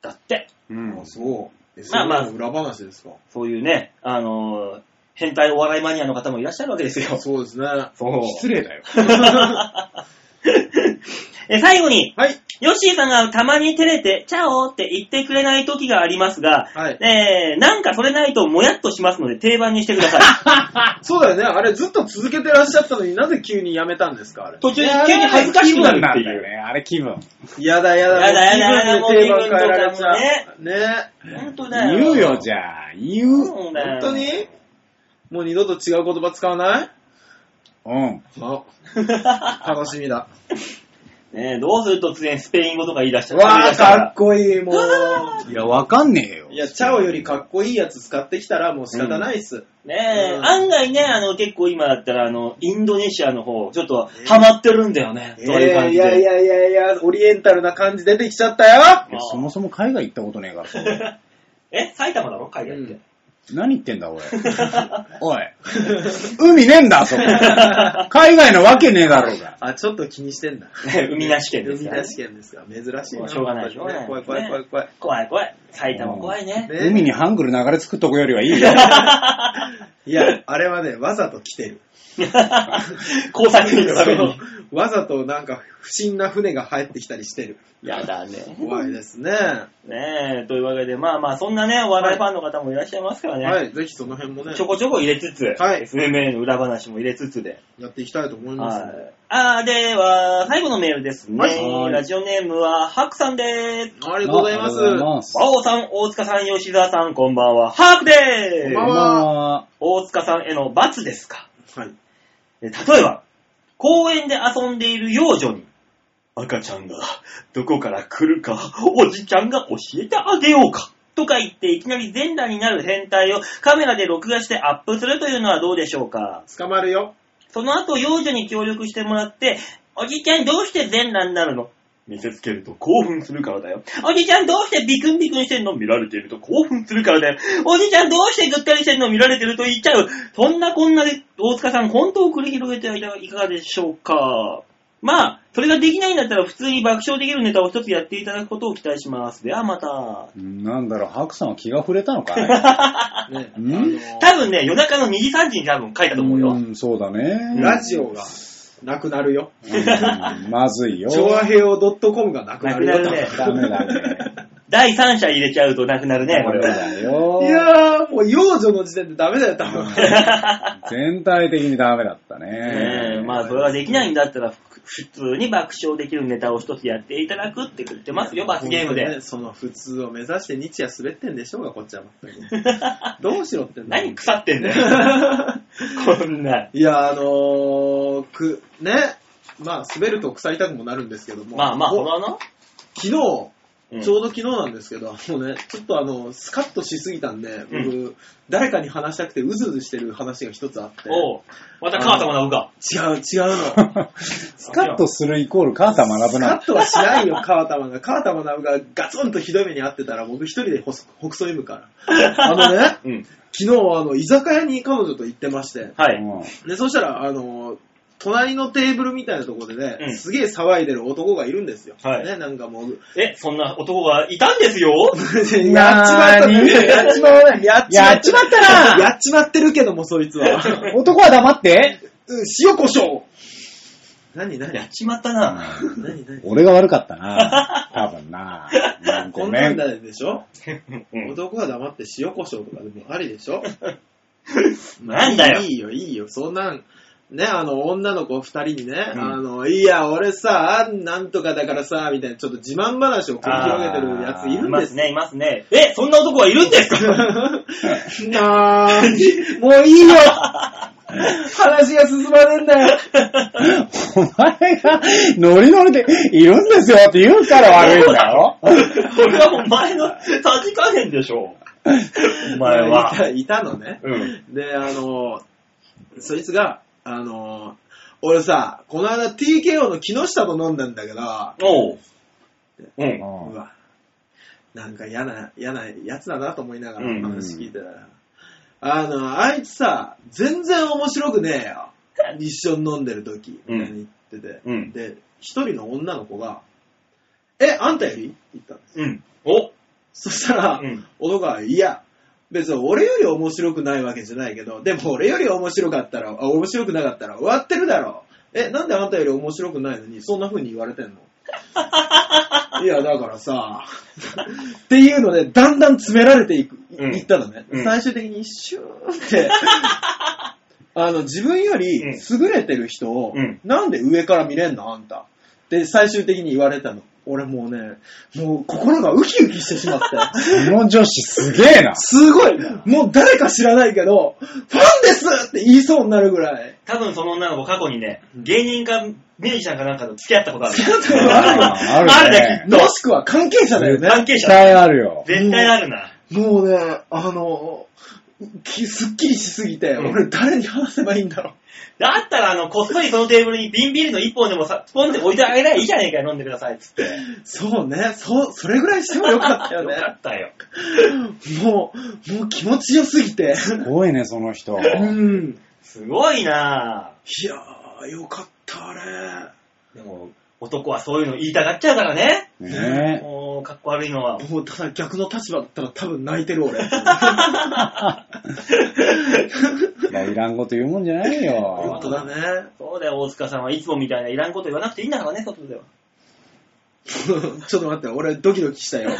B: だって、
A: うん
C: そう。
B: まあまあ
C: SNS の裏話ですか。
B: そういうね、あのー変態お笑いマニアの方もいらっしゃるわけですよ。
C: そうですね。は
B: そう
A: 失礼だよ。
B: え最後に、
C: い。
B: ヨッシーさんがたまに照れて、チャオって言ってくれない時がありますが、
C: はい
B: えー、なんかそれないともやっとしますので定番にしてください。
C: そうだよね。あれずっと続けてらっしゃったのになぜ急にやめたんですかあれ。
B: 途中で急に恥ずかしくなるって
A: 気分なんだ
B: いう。
A: よね。あれ気分。
C: やだやだ。
B: やだやだ
C: もう気分で定番変えられちゃ
B: もう気分
C: う。ね。
B: 本当だよ。
A: 言うよ、じゃあ。言う。
B: そうだ
C: 本
B: よ
C: 当にもう二度と違う言葉使わない
A: うん。
C: あ、楽しみだ。
B: ねえ、どうする突然スペイン語とか言い出しちゃ
C: わー、かっ
B: っ
C: こいい、もう。
A: いや、わかんねえよ。
C: いや、チャオよりかっこいいやつ使ってきたらもう仕方ないっす。
B: ねえ、
C: うん
B: 案外ね、あの、結構今だったら、あの、インドネシアの方、ちょっとハマってるんだよね、そういう
C: え
B: 感
C: ー
B: じ
C: い
B: で。
C: やいやいやいや、オリエンタルな感じ出てきちゃったよ
A: いやそもそも海外行ったことねえからさ。
B: え、埼玉だろ海外って。
C: うん
A: 何言ってんだ、俺。おい。海ねえんだ、あそこ。海外なわけねえだろうが。
C: あ、ちょっと気にしてんだ。
B: ね海なし県ですか
C: 海
B: ら、
C: な
B: ね
C: し。県ですが、珍しい
B: もう
C: な。
B: しょうがないしょうがない
C: 怖い怖い怖い怖い。
B: 怖い怖い。埼玉怖い ね。
C: ね
A: 海にハングル流れ着くとこよりはいいよ。
C: いや、あれはね、わざと来てる。
B: 工作員のために。
C: わざとなんか不審な船が入ってきたりしてる。
B: やだね。
C: 怖いですね。
B: ねえ、というわけで、まあまあ、そんなね、お笑いファンの方もいらっしゃいますからね。
C: はい、ぜひその辺もね
B: ち、ょこちょこ入れつつ、
C: はい
B: FMA の裏話も入れつつで。
C: やっていきたいと思います。
B: はい。あー、では、最後のメールですね。
C: はい
B: ラジオネームは、ハクさんです。
C: ありがとうございま
A: ありがとうござい
C: す。
A: ます。
B: 馬王さん、大塚さん、吉沢さん、こんばんは。ハークで
C: こんば
B: す
A: こん
C: ん
A: ばんは。
B: 大塚さんへの罰ですか
C: はい。
B: え例えば、公園で遊んでいる幼女に、赤ちゃんがどこから来るか、おじちゃんが教えてあげようか。とか言っていきなり全裸になる変態をカメラで録画してアップするというのはどうでしょうか
C: 捕まるよ。
B: その後幼女に協力してもらって、おじちゃんどうして全裸になるの見せつけると興奮するからだよ。おじちゃんどうしてビクンビクンしてんの見られていると興奮するからだよ。おじちゃんどうしてぐったりしてんの見られてると言っちゃう。そんなこんなで、大塚さん、本当を繰り広げてはいかがでしょうかまあ、それができないんだったら普通に爆笑できるネタを一つやっていただくことを期待します。ではまた。
A: うんなんだろう、ハクさんは気が触れたのか い
C: ね、あ
A: うん
C: の
B: 多分ね、夜中の2時3時に多分書いたと思うよ。
A: ん、そうだね。
C: ラジオがなくなるよ。
A: うんまずいよ。
C: 調和平和 .com がなくなる
B: な
C: よ。
B: くなるね
A: ダメだね。
B: 第三者入れちゃうとなくなるね、こ
A: ダメ
B: れは。
A: だよ。
C: いやー、もう幼女の時点でダメだよ、多分。
A: 全体的にダメだった
B: ねえ、
A: ね。
B: まあ、それができないんだったら、ふ普通に爆笑できるネタを一つやっていただくって言ってますよ、罰ゲームで。
C: その普通を目指して日夜滑ってんでしょうが、こっちは全 く。どうしろってんだ
B: 何腐ってんだ よ。こんな。
C: いや、あのー、く、ね、まあ、滑ると腐りたくもなるんですけども。
B: まあまあ、ほ
C: ほ
B: らな。
C: 昨日、
B: うん
C: ちょうど昨日なんですけど、もうね、ちょっとあの、スカッとしすぎたんで、僕、誰かに話したくてうずうずしてる話が一つあって。
B: おう。また母様なうか。
C: 違う、違うの。
A: スカッとするイコールカータ学ぶ
C: スカ
A: な
C: ッ。とはしないよ、川玉が。川玉直がガツンとひどい目に遭ってたら、僕一人でほそほくそむから。あのね、
B: うん。
C: 昨日、あの、居酒屋に彼女と行ってまして、
B: はい。
C: で、そしたら、あの、隣のテーブルみたいなところでね、
B: うん
C: すげえ騒いでる男がいるんですよ。
B: はい
C: ね、なんかもう、
B: え、そんな男がいたんですよ
C: やっちまったね。やっちまわない。やっ
A: やっちまったな
C: やっちまってるけども、そいつ は。
A: うん男は黙 って
C: うん塩胡椒何何
B: やっちまったな。
C: 何何
A: 俺が悪かった な。多分な。うん
C: こ
A: ご
C: ん
A: め
C: なん
A: ん。
C: だでしょ
B: うん
C: 男は黙って塩胡椒とかでもありでし ょ
B: なんだよ
C: いいよ、いいよ。そんなん、ね、あの、女の子二人にね、
B: うん
C: あの、いや、俺さ、なんとかだからさ、みたいな、ちょっと自慢話を繰り広げてるやつい
B: い
C: るん
B: ま
C: ですす
B: ね、いますね。え、そんな男はいるんですか
C: なーに、もういいよ話が進まねえんだよ
A: お前がノリノリでいるんですよって言うから悪いんだろ
B: 俺はお前のさじ加減でしょ。 お前は。
C: いたいたのね。
B: うん。
C: で、あの、そいつが、あの、俺さ、この間 TKO の木下と飲んだんだけど、
B: おう。うん。
C: うわ、なんか嫌な、嫌なやつだなと思いなが
B: うん
C: ら話聞いてたら、あの、あいつさ、全然面白くねえよ。一緒に飲んでる時、
B: うん
C: 言ってて、
B: うん
C: で、一人の女の子が、え、あんたよりって言ったの。
B: うん。お
C: そしたら、
B: うん
C: 男が、いや、別に俺より面白くないわけじゃないけど、でも俺より面白かったら、あ面白くなかったら終わってるだろう。え、なんであんたより面白くないのに、そんな風に言われ てんのいや、だからさ、っていうので、だんだん詰められていく、
B: うん
C: いったのね。
B: うん
C: 最終的に一 瞬って、あの、自分より優れてる人を、
B: うん
C: なんで上から見れんのあんた。って最終的に言われたの。俺もうね、もう心がウキウキしてしまって。
A: この女子すげえな。
C: すごいもう誰か知らないけど、ファンですって言いそうになるぐらい。
B: 多分その女の子過去にね、芸人かミュージシャンかなんかと付き合ったことある。付き合った
C: ことあるよ
A: あるね
B: あるね、きっと
C: もしくは関係者だよね。
B: 関係
A: 期
B: 者
A: 待あるよ。
B: 絶対あるな。
C: もうね、あの、きすっきりしすぎて、
B: うん
C: 俺誰に話せばいいんだろ
B: だったら、あの、こっそりそのテーブルに瓶ビールの一本でもさ、ポンって置いてあげりゃいいじゃねえかよ、飲んでください、つって。
C: う。そうね、そう、それぐらいしてもよかったよ
B: よか
C: ね。
B: ったよ。
C: もう、もう気持ちよすぎて。
A: すごいね、その人。
C: うん。
B: すごいな
C: はいやー、よかったね。
B: ぁ。でも、男はそういうの言いたがっちゃうからね。
A: ね
B: もう、かっこ悪いのは。
C: もうただ逆の立場だったら多分泣いてる 俺。
A: え。いや、いらんこと言うもんじゃない
C: 本
A: よ。
C: 当だね。
B: そうだよ、大塚さんはいつもみたいないらんこと言わなくていいんだからね、外では。
C: ちょっと待って、俺ドキドキ したよ。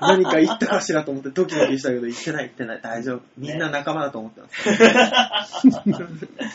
C: 何か言ったかしらと思ってドキドキしたけど、言ってない言ってない、大丈夫。みんな仲間だと思ってま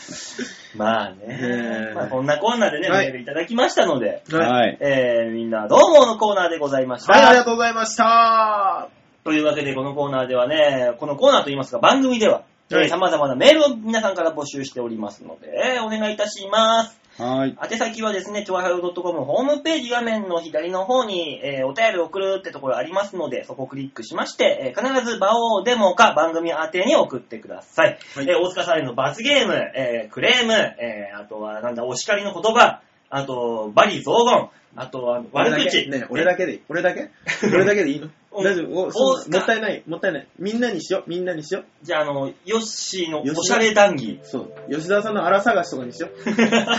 C: す。
B: まあ
C: ね
B: ね
C: え。
B: まあ、こんなこんなでね、
C: はい
B: メールいただきましたので、
C: はい、
A: はい。
B: えー、みんなどうものコーナーでございました。
C: ありがとうございました。
B: というわけで、このコーナーではね、このコーナーといいますか、番組では、えー
C: はい
B: 様々なメールを皆さんから募集しておりますので、えーお願いいたします。
A: はい。
B: 宛先はですね、ちょわはよ .com ホームページ画面の左の方に、えーお便りを送るってところありますので、そこをクリックしまして、えー必ず場をデモか番組宛てに送ってください。
C: はい
B: えー大塚さんへの罰ゲーム、えークレーム、えーあとはなんだ、お叱りの言葉、あと、バリ雑言、あとは悪
C: 俺だけ
B: 口。
C: ね俺だけでいい。俺だけ俺だけでいいの
B: うん
C: 大丈夫お
B: そうっ
C: そ
B: す
C: う
B: か
C: もったいない、もったいない。みんなにしよう、みんなにしよう。
B: じゃあ、あの、ヨッシーの
C: ヨッシー
B: おしゃれ談 義。
C: そう。吉沢さんの荒探しとかにしよう。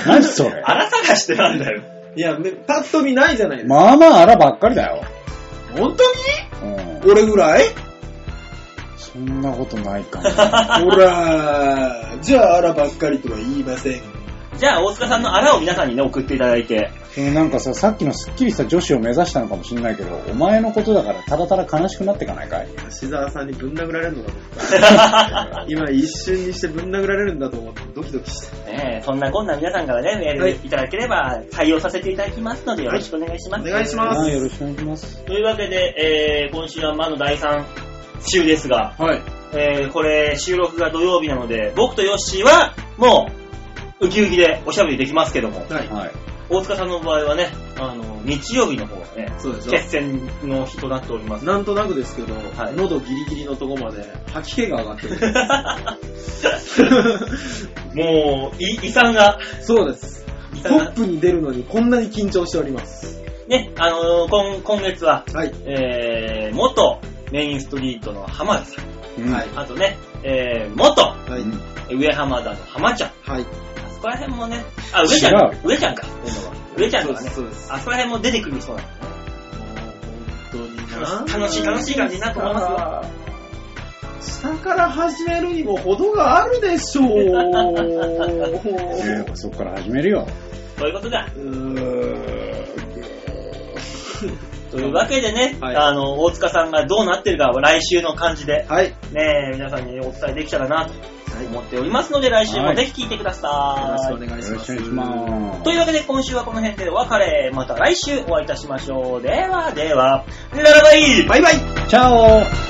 A: 何それ。
B: あら探してなんだよ。
C: いや、めパッと見ないじゃないですか。
A: まあまあ、あらばっかりだよ。
C: 本当に
A: うん。
C: 俺ぐらい
A: そんなことないかな。
C: ほらー、じゃあ荒ばっかりとは言いません。
B: じゃあ、大塚さんのあらを皆さんにね、送っていただいて。
A: でもなんかさ、さっきのスッキリした女子を目指したのかもしんないけど、お前のことだからただただ悲しくなってかな いかい
C: 吉沢さんにぶん殴られるのかと思った。今一瞬にしてぶん殴られるんだと思ってドキドキした。
B: ねえ、そんなこんな皆さんからね、メー
C: はい
B: ルいただければ採用させていただきますので、よろしくお願いします。
C: お願いしま
A: はい、
C: す。
A: よろしくお願いします。
B: というわけで、えー、今週は魔の第3週ですが、
C: はい。
B: えー、これ収録が土曜日なので、僕とヨッシーは、もう、ウキウキでおしゃべりできますけども、
C: はい。
A: はい。
B: 大塚さんの場合はね、あの、日曜日の方がね、
C: そうでし
B: 決戦の日となっております
C: ょ。。なんとなくですけど、
B: はい
C: 喉ギリギリのとこまで吐き気が上がってる。
B: もう、い、遺産が、
C: そうです。
B: 遺
C: ト
B: 産が
C: ップに出るのにこんなに緊張しております。
B: ね、あのー今、今月は、
C: はい。
B: えー、元メインストリートの浜田さん。
A: うん
C: はい。
B: あとね、えー、元
C: はい。
A: うん
B: 上浜田の浜ちゃん。
C: はい。
B: あそこら辺もね、あ、上ちゃん
A: 違、
B: 上ちゃんか。上ちゃんとかね、
C: そうです。
B: あそこら辺も出てくるそうなんで
C: そうですもう本当にな
B: 楽しい楽しい感じになると思いますよ。
C: 下から始めるにも程がある でしょ
A: え
C: う。
A: ーそっから始めるよ。
B: す。そういうことだ。
C: うーん
B: というわけでね、
C: はい
B: あの、大塚さんがどうなってるかは来週の感じで、
C: はい。
B: ね、皆さんにお伝えできたらなと思っておりますので、来週もぜひ聞いてくだ
C: よろ
B: さ
C: し
B: い。
C: くお願いし
A: よろ
C: ま
A: しく
C: す。
A: お願いします。
B: というわけで今週はこの辺でお別れ。また来週お会いいたしましょう。ではでは、ララバイ
C: バイバイ
A: チャオ